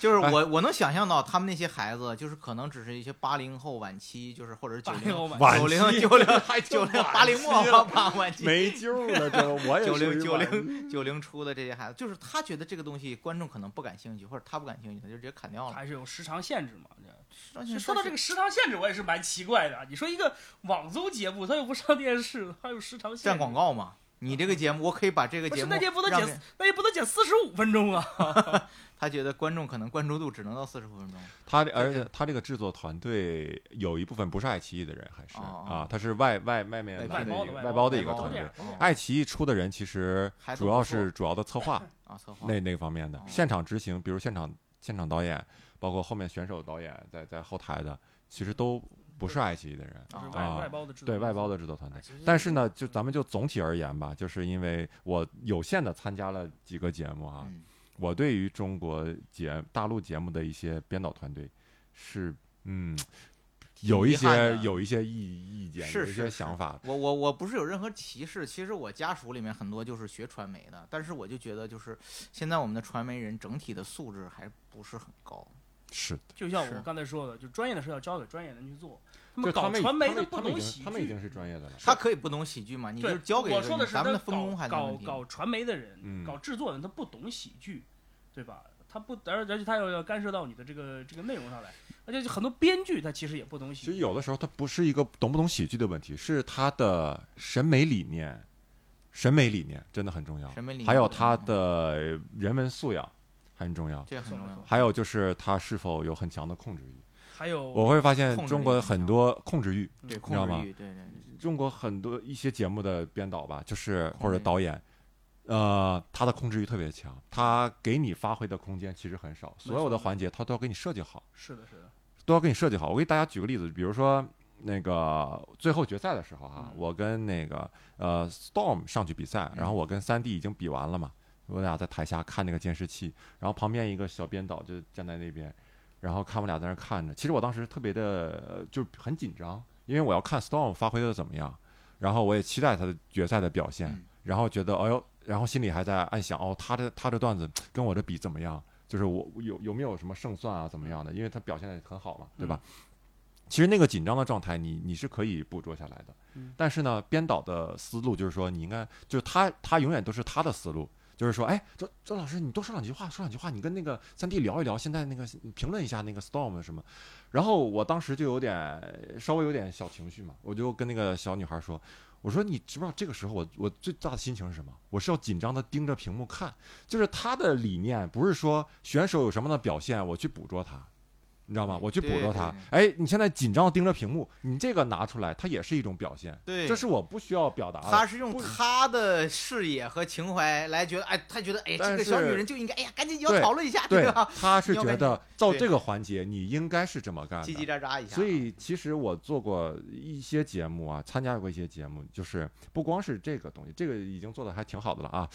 [SPEAKER 1] 就是我我能想象到他们那些孩子，就是可能只是一些八零后晚期，就是或者是九
[SPEAKER 2] 八
[SPEAKER 1] 零
[SPEAKER 2] 零晚
[SPEAKER 3] 晚
[SPEAKER 1] 九零
[SPEAKER 3] 期
[SPEAKER 1] 九零还九零八零末吧吧晚期
[SPEAKER 3] 没救了，这我 也
[SPEAKER 1] 九
[SPEAKER 3] 属
[SPEAKER 1] 零
[SPEAKER 3] 于
[SPEAKER 1] 九
[SPEAKER 3] 晚
[SPEAKER 1] 零九零初的这些孩子，就是他觉得这个东西观众可能不感兴趣，或者他不感兴趣，他就直接砍掉了。
[SPEAKER 2] 还是有时长限制嘛，这。
[SPEAKER 1] 而且
[SPEAKER 2] 哎是说到这个时长限制，我也是蛮奇怪的啊。你说一个网综节目，它又不上电视，还有时长限
[SPEAKER 1] 站
[SPEAKER 2] 制
[SPEAKER 1] 广。告嘛，你这个节目我可以把这个
[SPEAKER 2] 不
[SPEAKER 1] 节
[SPEAKER 2] 是，
[SPEAKER 1] 目
[SPEAKER 2] 那也不能
[SPEAKER 1] 让
[SPEAKER 2] 剪，那也不能剪四十五分钟啊！
[SPEAKER 1] 他觉得观众可能关注度只能到四十五分钟。
[SPEAKER 3] 他这而且他这个制作团队有一部分不是爱奇艺的人，还是
[SPEAKER 1] 哦哦
[SPEAKER 3] 啊，他是外外外面
[SPEAKER 1] 外
[SPEAKER 3] 来的
[SPEAKER 2] 包
[SPEAKER 3] 一
[SPEAKER 2] 的
[SPEAKER 3] 个
[SPEAKER 2] 外
[SPEAKER 3] 外
[SPEAKER 2] 包啊
[SPEAKER 3] 包
[SPEAKER 2] 的
[SPEAKER 3] 的一个
[SPEAKER 1] 外包
[SPEAKER 3] 团
[SPEAKER 1] 的
[SPEAKER 3] 队
[SPEAKER 1] 人。哦
[SPEAKER 3] 爱奇艺出的人其实
[SPEAKER 1] 还都
[SPEAKER 3] 主
[SPEAKER 1] 不
[SPEAKER 3] 要
[SPEAKER 1] 错
[SPEAKER 3] 是主要的策 划
[SPEAKER 1] 啊，策划
[SPEAKER 3] 那那方面的
[SPEAKER 1] 哦，
[SPEAKER 3] 现场执行，比如现场现场导演，包括后面选手导演在在后台的，其实都不是爱奇艺的人，
[SPEAKER 2] 就是
[SPEAKER 1] 啊
[SPEAKER 2] 外、
[SPEAKER 3] 啊
[SPEAKER 2] 外包的制作，
[SPEAKER 3] 对外包。的制作团队
[SPEAKER 2] 哎。
[SPEAKER 1] 嗯
[SPEAKER 2] 其实
[SPEAKER 3] 但是呢，就咱们就总体而言吧，就是因为我有限的参加了几个节目啊，
[SPEAKER 1] 嗯
[SPEAKER 3] 我对于中国节大陆节目的一些编导团队是嗯有一
[SPEAKER 1] 遗憾
[SPEAKER 3] 些
[SPEAKER 1] 的
[SPEAKER 3] 有一些意意见，
[SPEAKER 1] 是
[SPEAKER 3] 有
[SPEAKER 1] 是
[SPEAKER 3] 一些
[SPEAKER 1] 是
[SPEAKER 3] 想法。
[SPEAKER 1] 我我我不是有任何歧视，其实我家属里面很多就是学传媒的，但是我就觉得就是现在我们的传媒人整体的素质还不是很高。
[SPEAKER 3] 是的，
[SPEAKER 2] 就像
[SPEAKER 1] 是
[SPEAKER 2] 我刚才说的，就专业的事要交给专业人去做。那
[SPEAKER 3] 就
[SPEAKER 2] 么
[SPEAKER 3] 他
[SPEAKER 2] 搞
[SPEAKER 3] 们
[SPEAKER 2] 传媒
[SPEAKER 3] 他们
[SPEAKER 2] 的
[SPEAKER 3] 他
[SPEAKER 2] 不
[SPEAKER 3] 们已
[SPEAKER 2] 懂
[SPEAKER 3] 经
[SPEAKER 2] 喜
[SPEAKER 3] 他们已
[SPEAKER 2] 剧，
[SPEAKER 3] 经是专业的了。
[SPEAKER 1] 他可以不懂喜剧嘛，你就
[SPEAKER 2] 对，
[SPEAKER 1] 交给
[SPEAKER 2] 我
[SPEAKER 1] 一个
[SPEAKER 2] 说的是
[SPEAKER 1] 咱们的
[SPEAKER 2] 他
[SPEAKER 1] 分工还是
[SPEAKER 2] 搞
[SPEAKER 1] 问题
[SPEAKER 2] 搞传媒的人，
[SPEAKER 3] 嗯
[SPEAKER 2] 搞制作的人，他不懂喜剧，对吧？他不，而而且他要要干涉到你的这个这个内容上来，而且就很多编剧他其实也不懂喜
[SPEAKER 3] 其实
[SPEAKER 2] 剧。
[SPEAKER 3] 有的时候它不是一个懂不懂喜剧的问题，是他的审美理念，审美理念真的很重要，
[SPEAKER 1] 审美理念
[SPEAKER 3] 还有他的人文素养很重要，
[SPEAKER 1] 这很重要。
[SPEAKER 3] 还有就是他是否有很强的控制欲。
[SPEAKER 2] 还有
[SPEAKER 3] 我会发现
[SPEAKER 1] 控制欲
[SPEAKER 3] 中国很多控制欲，
[SPEAKER 1] 对，
[SPEAKER 3] 知道
[SPEAKER 1] 控
[SPEAKER 3] 吗
[SPEAKER 1] 制欲，对对对，
[SPEAKER 3] 中国很多一些节目的编导吧，
[SPEAKER 2] 嗯
[SPEAKER 3] 就是
[SPEAKER 1] 控制欲
[SPEAKER 3] 或者导演。呃，他的控制欲特别强，他给你发挥的空间其实很少，
[SPEAKER 2] 错
[SPEAKER 3] 所有的环节他都要给你设计好。
[SPEAKER 2] 是的，是的，
[SPEAKER 3] 都要给你设计好。我给大家举个例子，比如说那个最后决赛的时候啊
[SPEAKER 2] 嗯，
[SPEAKER 3] 我跟那个呃 Storm 上去比赛，
[SPEAKER 1] 嗯
[SPEAKER 3] 然后我跟三弟已经比完了嘛，我俩在台下看那个监视器，然后旁边一个小编导就站在那边，然后看我俩在那儿看着。其实我当时特别的，呃就很紧张，因为我要看 Storm 发挥的怎么样，然后我也期待他的决赛的表现
[SPEAKER 1] 嗯，
[SPEAKER 3] 然后觉得哎呦，然后心里还在暗想哦，他这他这段子跟我这比怎么样？就是我有有没有什么胜算啊，怎么样的？因为他表现的很好嘛，对吧？
[SPEAKER 1] 嗯
[SPEAKER 3] 其实那个紧张的状态你，你是可以捕捉下来的。
[SPEAKER 2] 嗯
[SPEAKER 3] 但是呢，编导的思路就是说，你应该就是他他永远都是他的思路，就是说，哎，周周老师，你多说两句话，说两句话，你跟那个三弟聊一聊，现在那个评论一下那个 storm 什么。然后我当时就有点稍微有点小情绪嘛，我就跟那个小女孩说。我说你知不知道这个时候我我最大的心情是什么？我是要紧张的盯着屏幕看，就是他的理念不是说选手有什么样的表现，我去捕捉他，你知道吗？我去捕捉他。哎，你现在紧张地盯着屏幕，你这个拿出来，它也是一种表现。
[SPEAKER 1] 对，
[SPEAKER 3] 这是我不需要表达
[SPEAKER 1] 他
[SPEAKER 3] 的。
[SPEAKER 1] 是用
[SPEAKER 3] 不
[SPEAKER 1] 他的视野和情怀来觉得，哎，他觉得，哎，这
[SPEAKER 3] 但
[SPEAKER 1] 个小女
[SPEAKER 3] 是
[SPEAKER 1] 人就应该，哎呀，赶紧要
[SPEAKER 3] 对
[SPEAKER 1] 讨论一下，
[SPEAKER 3] 对
[SPEAKER 1] 吧？，
[SPEAKER 3] 他是觉得到
[SPEAKER 1] 对
[SPEAKER 3] 这个环节你应该是这么干
[SPEAKER 1] 叽叽喳
[SPEAKER 3] 的。
[SPEAKER 1] 喳一下，
[SPEAKER 3] 所以其实我做过一些节目啊，参加过一些节目，就是不光是这个东西，这个已经做的还挺好的了啊。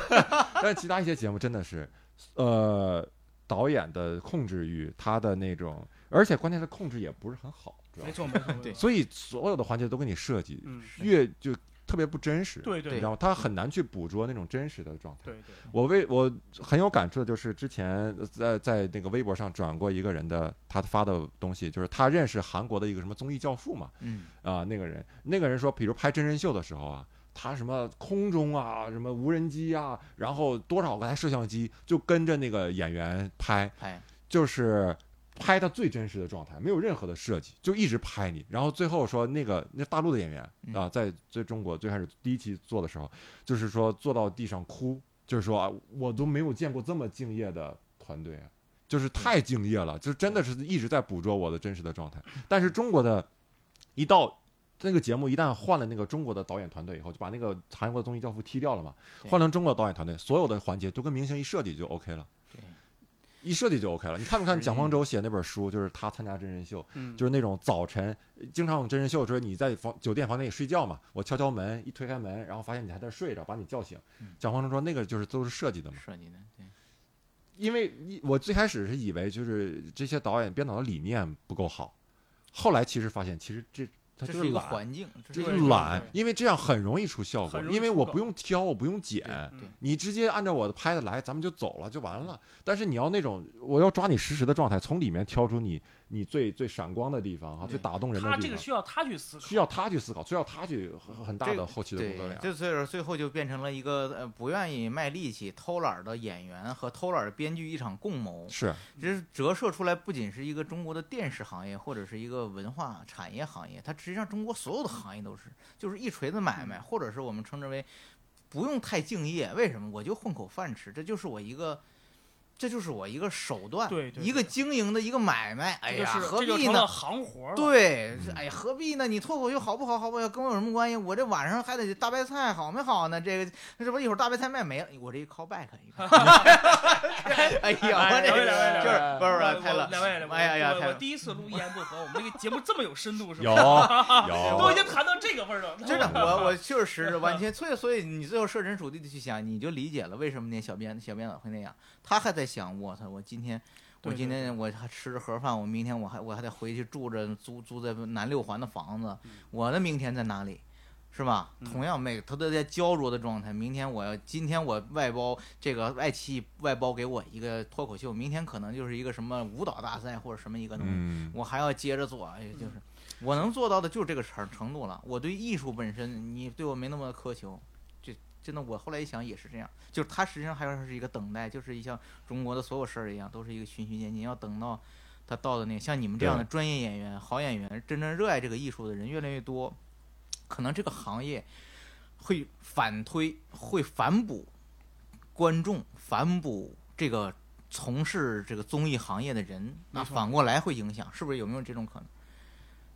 [SPEAKER 3] 但是其他一些节目真的是，呃，导演的控制欲，他的那种，而且关键是控制也不是很好，知道
[SPEAKER 2] 没
[SPEAKER 3] 吧？
[SPEAKER 2] 错，没错，没
[SPEAKER 1] 对
[SPEAKER 2] 错
[SPEAKER 3] 所以所有的环节都给你设计，
[SPEAKER 2] 嗯，
[SPEAKER 3] 越就特别不真实，
[SPEAKER 2] 对对
[SPEAKER 3] 你知道吗？他很难去捕捉那种真实的状态。
[SPEAKER 2] 对对，
[SPEAKER 3] 我为我很有感触的就是之前在在那个微博上转过一个人的他发的东西，就是他认识韩国的一个什么综艺教父嘛，
[SPEAKER 1] 嗯，
[SPEAKER 3] 啊、那个人那个人说，比如拍真人秀的时候啊。他什么空中啊，什么无人机啊，然后多少个台摄像机就跟着那个演员拍，
[SPEAKER 1] 哎，
[SPEAKER 3] 就是拍他最真实的状态，没有任何的设计，就一直拍你。然后最后说那个那大陆的演员
[SPEAKER 1] 嗯
[SPEAKER 3] 啊，在在中国最开始第一期做的时候，就是说坐到地上哭，就是说啊，我都没有见过这么敬业的团队，啊，就是太敬业了，就是真的是一直在捕捉我的真实的状态。但是中国的一到那个节目一旦换了那个中国的导演团队以后，就把那个韩国的综艺教父踢掉了嘛，
[SPEAKER 1] 对
[SPEAKER 3] 换成中国的导演团队，所有的环节都跟明星一设计就 OK 了
[SPEAKER 1] 对。
[SPEAKER 3] 一设计就 OK 了。你看没看
[SPEAKER 1] 是
[SPEAKER 3] 蒋方舟写那本书？就是他参加真人秀，
[SPEAKER 2] 嗯，
[SPEAKER 3] 就是那种早晨经常有真人秀，就是你在房酒店房间里睡觉嘛，我敲敲门，一推开门，然后发现你还在睡着，把你叫醒
[SPEAKER 1] 嗯。
[SPEAKER 3] 蒋方舟说那个就是都是设计的嘛，
[SPEAKER 1] 设计的，对，
[SPEAKER 3] 因为一我最开始是以为就是这些导演编导的理念不够好，后来其实发现其实这他
[SPEAKER 1] 这
[SPEAKER 3] 就是
[SPEAKER 1] 一个
[SPEAKER 3] 懒，
[SPEAKER 1] 环境，
[SPEAKER 3] 这
[SPEAKER 1] 是
[SPEAKER 3] 就
[SPEAKER 1] 一
[SPEAKER 3] 是
[SPEAKER 1] 个
[SPEAKER 3] 懒
[SPEAKER 2] 对，
[SPEAKER 3] 因为这样很容易出效果
[SPEAKER 2] 很，容易
[SPEAKER 3] 因为我
[SPEAKER 2] 出
[SPEAKER 3] 不用挑，我不用剪。
[SPEAKER 2] 嗯
[SPEAKER 1] 对对
[SPEAKER 3] 你直接按照我的拍的来，咱们就走了，就完了。但是你要那种，我要抓你实时的状态，从里面挑出你你最最闪光的地方哈，
[SPEAKER 1] 对
[SPEAKER 3] 最打动人的
[SPEAKER 2] 他
[SPEAKER 3] 地
[SPEAKER 2] 这个
[SPEAKER 3] 方，
[SPEAKER 2] 需要他去思考，
[SPEAKER 3] 需要他去思考，需要他去很很大
[SPEAKER 1] 这
[SPEAKER 3] 的
[SPEAKER 1] 个
[SPEAKER 3] 后期的工作
[SPEAKER 1] 对，
[SPEAKER 3] 量。
[SPEAKER 1] 这所以说最后就变成了一个呃不愿意卖力气、偷懒儿的演员和偷懒儿的编剧一场共谋。
[SPEAKER 3] 是
[SPEAKER 1] 这是折射出来，不仅是一个中国的电视行业或者是一个文化产业行业，它实际上中国所有的行业都是，就是一锤子买
[SPEAKER 2] 嗯
[SPEAKER 1] 卖，或者是我们称之为不用太敬业。为什么？我就混口饭吃，这就是我一个。这就是我一个手段，
[SPEAKER 2] 对对
[SPEAKER 1] 一个
[SPEAKER 2] 对
[SPEAKER 1] 经营的一个买卖。哎
[SPEAKER 2] 这就
[SPEAKER 1] 呀，
[SPEAKER 2] 是
[SPEAKER 1] 何
[SPEAKER 2] 这就
[SPEAKER 1] 必
[SPEAKER 2] 成了
[SPEAKER 1] 呢？
[SPEAKER 2] 行活了。
[SPEAKER 1] 对，是
[SPEAKER 3] 嗯
[SPEAKER 1] 哎呀，何必呢？你脱口秀好不好？好不好？跟我有什么关系？我这晚上还得大白菜好没好呢？这个这不一会儿大白菜卖没了，我这一 call back 一看， 哎呀，我这
[SPEAKER 2] 两位两
[SPEAKER 1] 就
[SPEAKER 2] 位两
[SPEAKER 1] 是
[SPEAKER 2] 位
[SPEAKER 1] 不是不
[SPEAKER 2] 我
[SPEAKER 1] 是太冷
[SPEAKER 2] 我，呃两位，两位
[SPEAKER 1] 哎呀呀
[SPEAKER 2] 我
[SPEAKER 1] 太
[SPEAKER 2] 我
[SPEAKER 1] 冷
[SPEAKER 2] 第一次录一言不合，我们这个节目这么有深度是
[SPEAKER 3] 有
[SPEAKER 2] 吧？都已
[SPEAKER 3] 有
[SPEAKER 2] 经谈到这个味儿了，
[SPEAKER 1] 真的，我我确实 完全，所以所以你最后设身处地的去想，你就理解了为什么那小编小编老会那样。他还在想，我操，我今天我
[SPEAKER 2] 对
[SPEAKER 1] 今
[SPEAKER 2] 对
[SPEAKER 1] 天我还吃着盒饭，我明天我还我还得回去住着租租在南六环的房子
[SPEAKER 2] 嗯，
[SPEAKER 1] 我的明天在哪里？是吧？
[SPEAKER 2] 嗯
[SPEAKER 1] 同样每个他都在焦灼的状态。明天我要，今天我外包这个爱奇艺外包给我一个脱口秀，明天可能就是一个什么舞蹈大赛或者什么一个东西。
[SPEAKER 3] 嗯，
[SPEAKER 1] 我还要接着做，哎，就是我能做到的就是这个程程度了。我对艺术本身，你对我没那么苛求，这真的我后来一想也是这样，就是它实际上还是一个等待，就是一像中国的所有事儿一样，都是一个循序渐进，要等到他到的那个像你们这样的专业演员、好演员，真正热爱这个艺术的人越来越多，可能这个行业会反推、会反哺观众、反哺这个从事这个综艺行业的人，那
[SPEAKER 2] 没错
[SPEAKER 1] 反过来会影响，是不是有没有这种可能？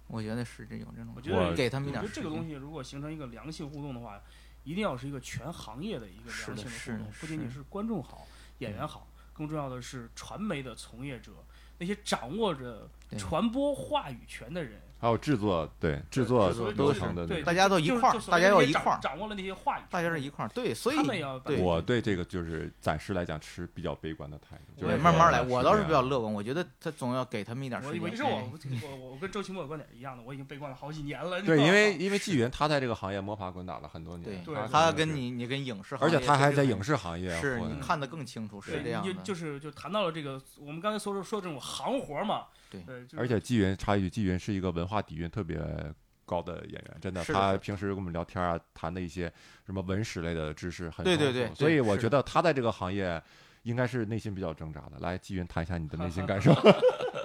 [SPEAKER 1] 我觉得是这有这种
[SPEAKER 2] 我
[SPEAKER 1] 可
[SPEAKER 2] 觉
[SPEAKER 1] 能，
[SPEAKER 2] 得
[SPEAKER 3] 我
[SPEAKER 1] 给他
[SPEAKER 2] 我
[SPEAKER 1] 们一
[SPEAKER 2] 觉
[SPEAKER 1] 点
[SPEAKER 2] 得
[SPEAKER 1] 时
[SPEAKER 2] 这
[SPEAKER 1] 间。
[SPEAKER 2] 个东西如果形成一个良性互动的话，一定要是一个全行业的一个良
[SPEAKER 1] 是
[SPEAKER 2] 性
[SPEAKER 1] 的是
[SPEAKER 2] 互
[SPEAKER 1] 的
[SPEAKER 2] 动，
[SPEAKER 1] 是
[SPEAKER 2] 不仅仅
[SPEAKER 1] 的
[SPEAKER 2] 是观众好、演员好，更重要的是传媒的从业者，那些掌握着
[SPEAKER 1] 对
[SPEAKER 2] 传播话语权的人，
[SPEAKER 3] 还有制作对制作
[SPEAKER 2] 对所谓
[SPEAKER 3] 流
[SPEAKER 2] 就是
[SPEAKER 3] 程的那
[SPEAKER 2] 对
[SPEAKER 3] 种。
[SPEAKER 1] 大家都一
[SPEAKER 2] 就是
[SPEAKER 1] 块儿
[SPEAKER 2] 就所
[SPEAKER 1] 大
[SPEAKER 2] 谓
[SPEAKER 1] 家
[SPEAKER 2] 那
[SPEAKER 1] 要
[SPEAKER 2] 些
[SPEAKER 1] 一
[SPEAKER 2] 掌
[SPEAKER 1] 块儿
[SPEAKER 2] 掌握了那些话语权，
[SPEAKER 1] 大家是一块儿，对，所以
[SPEAKER 2] 他们要把
[SPEAKER 1] 对
[SPEAKER 3] 我对这个就是暂时来讲持比较悲观的态度，就
[SPEAKER 1] 对
[SPEAKER 3] 是
[SPEAKER 1] 慢慢来。
[SPEAKER 3] 说
[SPEAKER 1] 我倒是
[SPEAKER 3] 这
[SPEAKER 1] 比较
[SPEAKER 3] 样
[SPEAKER 1] 乐观，我觉得他总要给他们一点时
[SPEAKER 2] 我
[SPEAKER 1] 间。
[SPEAKER 2] 我其实
[SPEAKER 1] 哎
[SPEAKER 2] 我我我我跟周奇墨的观点是一样的，我已经悲观了好几年了。你知
[SPEAKER 3] 对，
[SPEAKER 2] 道
[SPEAKER 3] 因
[SPEAKER 2] 吗
[SPEAKER 3] 为因为纪元他在这个行业摸爬滚打了很多
[SPEAKER 1] 对
[SPEAKER 3] 年，
[SPEAKER 2] 对
[SPEAKER 1] 他
[SPEAKER 3] 真的
[SPEAKER 1] 跟
[SPEAKER 3] 是，
[SPEAKER 1] 你你跟影视行
[SPEAKER 3] 而
[SPEAKER 1] 业
[SPEAKER 3] 且
[SPEAKER 1] 都是很，
[SPEAKER 3] 他还在影视行业
[SPEAKER 1] 是
[SPEAKER 3] 混
[SPEAKER 1] 你看得更清楚，是这
[SPEAKER 2] 对，
[SPEAKER 1] 样
[SPEAKER 2] 你就
[SPEAKER 1] 的。
[SPEAKER 2] 就是就谈到了这个，我们刚才所说说这种行活嘛，
[SPEAKER 1] 对
[SPEAKER 2] 呃，就是
[SPEAKER 3] 而且纪云插一句，纪云是一个文化底蕴特别高的演员，真的。
[SPEAKER 1] 是的是
[SPEAKER 3] 他
[SPEAKER 1] 的
[SPEAKER 3] 平时跟我们聊天啊，谈的一些什么文史类的知识很
[SPEAKER 1] 对对
[SPEAKER 3] 丰富
[SPEAKER 1] 对对
[SPEAKER 3] 所以我
[SPEAKER 1] 是的
[SPEAKER 3] 觉得他在这个行业应该是内心比较挣扎的。来，纪云谈一下你的内心感受。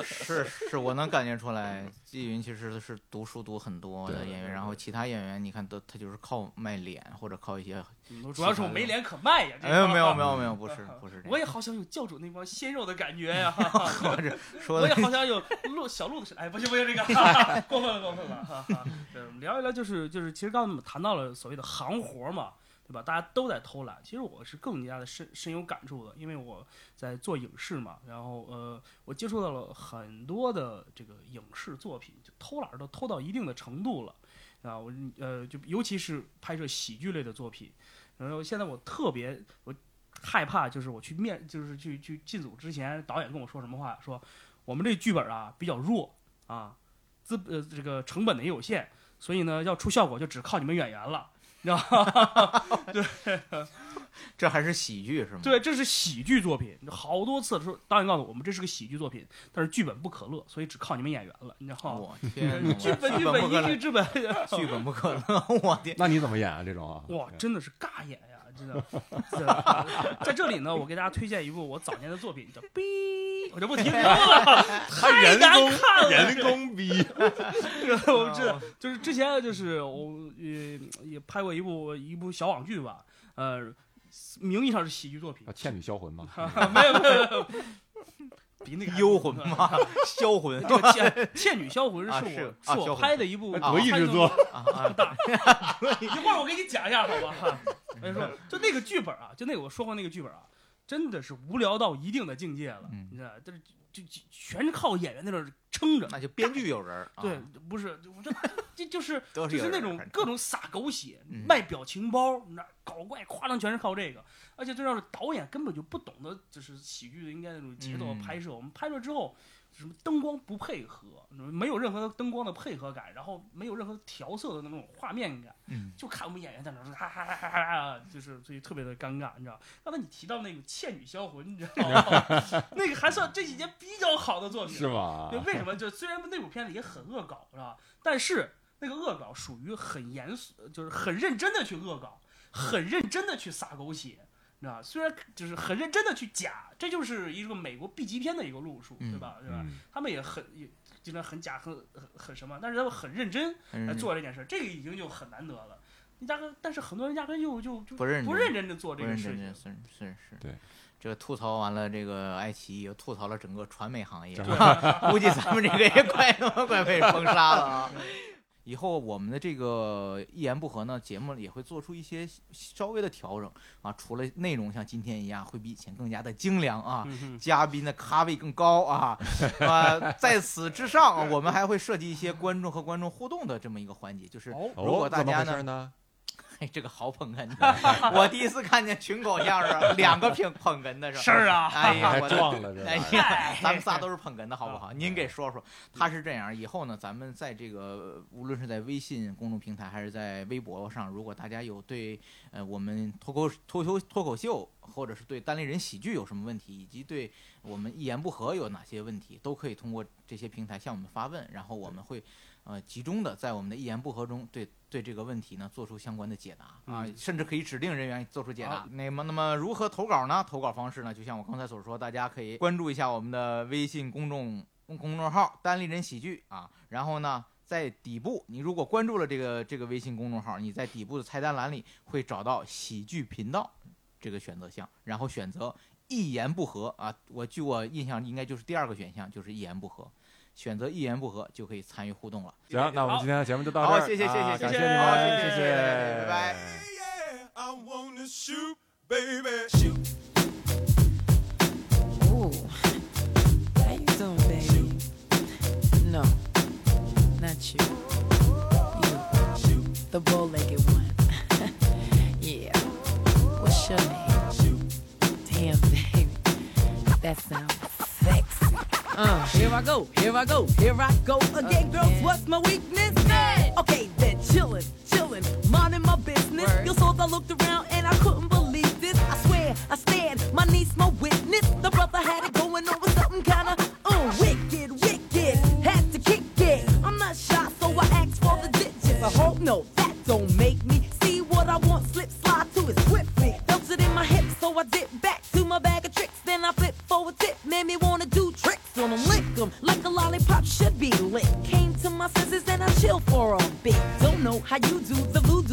[SPEAKER 1] 是是，我能感觉出来，纪云其实是读书读很多的
[SPEAKER 3] 对
[SPEAKER 1] 演员，然后其他演员你看都他就是靠卖脸或者靠一 些，
[SPEAKER 2] 嗯主要是我没脸可卖呀。这
[SPEAKER 1] 哎没有没有没有
[SPEAKER 2] 有，
[SPEAKER 1] 没有，不是不是这
[SPEAKER 2] 我
[SPEAKER 1] 样，
[SPEAKER 2] 也好想有教主那帮鲜肉的感觉呀。
[SPEAKER 1] 我这说
[SPEAKER 2] 我也
[SPEAKER 1] 的
[SPEAKER 2] 好 想有鹿小鹿 的声，哎，不行不行，这个 哈哈过分了过分了。 哈哈。对，我们聊一聊，就是 就是，其实刚才我们谈到了所谓的行活嘛，对吧？大家都在偷懒，其实我是更加的深深有感触的，因为我在做影视嘛，然后呃，我接触到了很多的这个影视作品，就偷懒儿都偷到一定的程度了。啊，我呃，就尤其是拍摄喜剧类的作品，然后现在我特别我害怕，就是我去面，就是去去进组之前，导演跟我说什么话，说我们这剧本啊比较弱啊，资呃这个成本呢也有限，所以呢要出效果就只靠你们演员了。
[SPEAKER 1] 这还是喜剧是吗？
[SPEAKER 2] 对，这是喜剧作品，好多次说导演告诉我们这是个喜剧作品，但是剧本不可乐，所以只靠你们演员了，你知道吗？
[SPEAKER 1] 我天哪，我
[SPEAKER 2] 剧本
[SPEAKER 1] 剧
[SPEAKER 2] 剧
[SPEAKER 1] 本不
[SPEAKER 2] 本
[SPEAKER 1] 可
[SPEAKER 2] 一句
[SPEAKER 1] 能，
[SPEAKER 2] 之本，
[SPEAKER 1] 剧本不可能， 我天，
[SPEAKER 3] 那你怎么演啊？这种啊？
[SPEAKER 2] 哇，真的是尬演呀，真的。真的在这里呢，我给大家推荐一部我早年的作品，叫《哔》，我就不提名 了，
[SPEAKER 3] 他
[SPEAKER 2] 太
[SPEAKER 3] 人
[SPEAKER 2] 难
[SPEAKER 3] 工
[SPEAKER 2] 看了，
[SPEAKER 3] 人工逼，
[SPEAKER 2] 这个我知道，就是之前啊就是我呃也拍过一部一部小网剧吧，呃，名义上是喜剧作品
[SPEAKER 3] 啊，倩女销魂嘛。
[SPEAKER 2] 没有没有没有，比那个还
[SPEAKER 1] 幽魂
[SPEAKER 2] 恐怖
[SPEAKER 1] 嘛， 销魂
[SPEAKER 2] 这个倩倩女销魂
[SPEAKER 1] 啊
[SPEAKER 2] 是
[SPEAKER 1] 是
[SPEAKER 2] 我
[SPEAKER 1] 啊
[SPEAKER 2] 我
[SPEAKER 1] 销魂
[SPEAKER 2] 拍的一部
[SPEAKER 3] 得意之作，
[SPEAKER 1] 啊啊！
[SPEAKER 2] 大。 一会儿我给你讲一下，好吧？我跟你说，就那个剧本啊，就那个我说过那个剧本啊，真的是无聊到一定的境界了，
[SPEAKER 1] 嗯
[SPEAKER 2] 你知道，就是就就全是靠演员在那儿撑着。
[SPEAKER 1] 那就编剧有人儿，啊
[SPEAKER 2] 对，，不是，就我这这就是
[SPEAKER 1] 都
[SPEAKER 2] 就是
[SPEAKER 1] 哦有
[SPEAKER 2] 那
[SPEAKER 1] 人儿
[SPEAKER 2] 种
[SPEAKER 1] 反正
[SPEAKER 2] 各种撒狗血、
[SPEAKER 1] 嗯
[SPEAKER 2] 卖表情包、那搞怪、夸张，全是靠这个。而且最重要是，导演根本就不懂得就是喜剧的应该那种节奏和
[SPEAKER 1] 嗯
[SPEAKER 2] 拍摄。我们拍摄之后，什么灯光不配合，没有任何灯光的配合感，然后没有任何调色的那种画面感，
[SPEAKER 1] 嗯
[SPEAKER 2] 就看我们演员在那儿说哈哈哈哈哈哈，就是所以特别的尴尬，你知道？刚才你提到那个《倩女销魂》，你知道 吗？那个还算这几年比较好的作品，
[SPEAKER 3] 是
[SPEAKER 1] 啊
[SPEAKER 3] 吗
[SPEAKER 2] 对，？为什么？就虽然那部片子也很恶搞，是吧？但是那个恶搞属于很严肃，就是很认真的去恶搞，很认真的去撒狗血，你知道吧？虽然就是很认真的去假，这就是一个美国 B 级片的一个路数，对吧？对吧？
[SPEAKER 3] 嗯，
[SPEAKER 2] 他们也很也经常很假，很很很什么，但是他们很认真
[SPEAKER 1] 很
[SPEAKER 2] 来
[SPEAKER 1] 认
[SPEAKER 2] 做这件事，这个已经就很难得了。你压根，但是很多人压根就就就
[SPEAKER 1] 不认
[SPEAKER 2] 不
[SPEAKER 1] 真
[SPEAKER 2] 认真的做这
[SPEAKER 1] 不
[SPEAKER 2] 个
[SPEAKER 1] 认
[SPEAKER 2] 事
[SPEAKER 1] 真
[SPEAKER 2] 情
[SPEAKER 1] 真，是是是，
[SPEAKER 3] 对，
[SPEAKER 1] 这个吐槽完了这个爱奇艺，又吐槽了整个传媒行业，
[SPEAKER 3] 整
[SPEAKER 1] 估计咱们这个也快 他妈快被封杀了啊！以后我们的这个一言不合呢，节目也会做出一些稍微的调整啊，除了内容像今天一样，会比以前更加的精良啊。
[SPEAKER 2] 嗯哼
[SPEAKER 1] 嘉宾的咖位更高啊，啊，在此之上，啊我们还会设计一些观众和观众互动的这么一个环节，就是
[SPEAKER 2] 哦，
[SPEAKER 1] 如果
[SPEAKER 3] 哦，
[SPEAKER 1] 大
[SPEAKER 3] 怎么
[SPEAKER 1] 家
[SPEAKER 3] 回
[SPEAKER 1] 呢
[SPEAKER 3] 事呢？
[SPEAKER 1] 嘿，这个好捧哏的，我第一次看见群口相声，两个捧捧哏的是吧？
[SPEAKER 2] 事儿 啊，
[SPEAKER 1] 哎呀，我的
[SPEAKER 3] 撞了
[SPEAKER 1] 哎
[SPEAKER 3] 这，
[SPEAKER 1] 呀，啊咱们仨都是捧哏的好不好？您给说说，他是这样。以后呢，咱们在这个无论是在微信公众平台还是在微博上，如果大家有对呃我们脱口脱口脱口秀，或者是对单立人喜剧有什么问题，以及对我们一言不合有哪些问题，都可以通过这些平台向我们发问，然后我们会呃集中的在我们的一言不合中对对这个问题呢做出相关的解答啊，
[SPEAKER 2] 嗯
[SPEAKER 1] 甚至可以指定人员做出解答
[SPEAKER 2] 好。
[SPEAKER 1] 啊那么那么如何投稿呢？投稿方式呢，就像我刚才所说，大家可以关注一下我们的微信公众公众号“单立人喜剧”啊，然后呢。在底部，你如果关注了这个这个微信公众号，你在底部的菜单栏里会找到喜剧频道这个选择项，然后选择一言不合啊，我据我印象应该就是第二个选项，就是一言不合，选择一言不合就可以参与互动了。
[SPEAKER 3] 行，那我们今天的节目就到这
[SPEAKER 1] 好
[SPEAKER 3] 儿，
[SPEAKER 1] 谢谢谢谢
[SPEAKER 3] 啊
[SPEAKER 1] 谢
[SPEAKER 3] 感
[SPEAKER 2] 谢
[SPEAKER 3] 谢你
[SPEAKER 2] 好
[SPEAKER 3] 们，
[SPEAKER 2] 谢谢
[SPEAKER 3] 谢
[SPEAKER 1] 拜拜
[SPEAKER 5] yeah, I wanna shoot, baby, shoot.
[SPEAKER 6] Ooh. How you doing, baby? No, not you. You. The bow-legged one. yeah. What's your name? Damn, baby. That sounds sexy. Uh,
[SPEAKER 7] Here I go, here I go, here I go again. Girls,
[SPEAKER 6] yeah.
[SPEAKER 7] what's my weakness? Okay, then chillin', chillin', minding my business.
[SPEAKER 6] Word.
[SPEAKER 7] Your souls, I looked around and I couldn't believe this. I swear, I stared, my niece, my witness. The brother had it going on with something kinda uh, wicked, wicked. Had to kick it. I'm not shy, so I asked for the digits. I hope Oh, no, that don't make me see what I want. Slip, slide to it swiftly. Felt it in my hips, so I dip back to my bag of tricks. Then I flip for a tip, made me wanna do tricks on 'em, lick 'em like a lollipop should be lit. Came to my senses and I chill for a bit. Don't know how you do the voodoo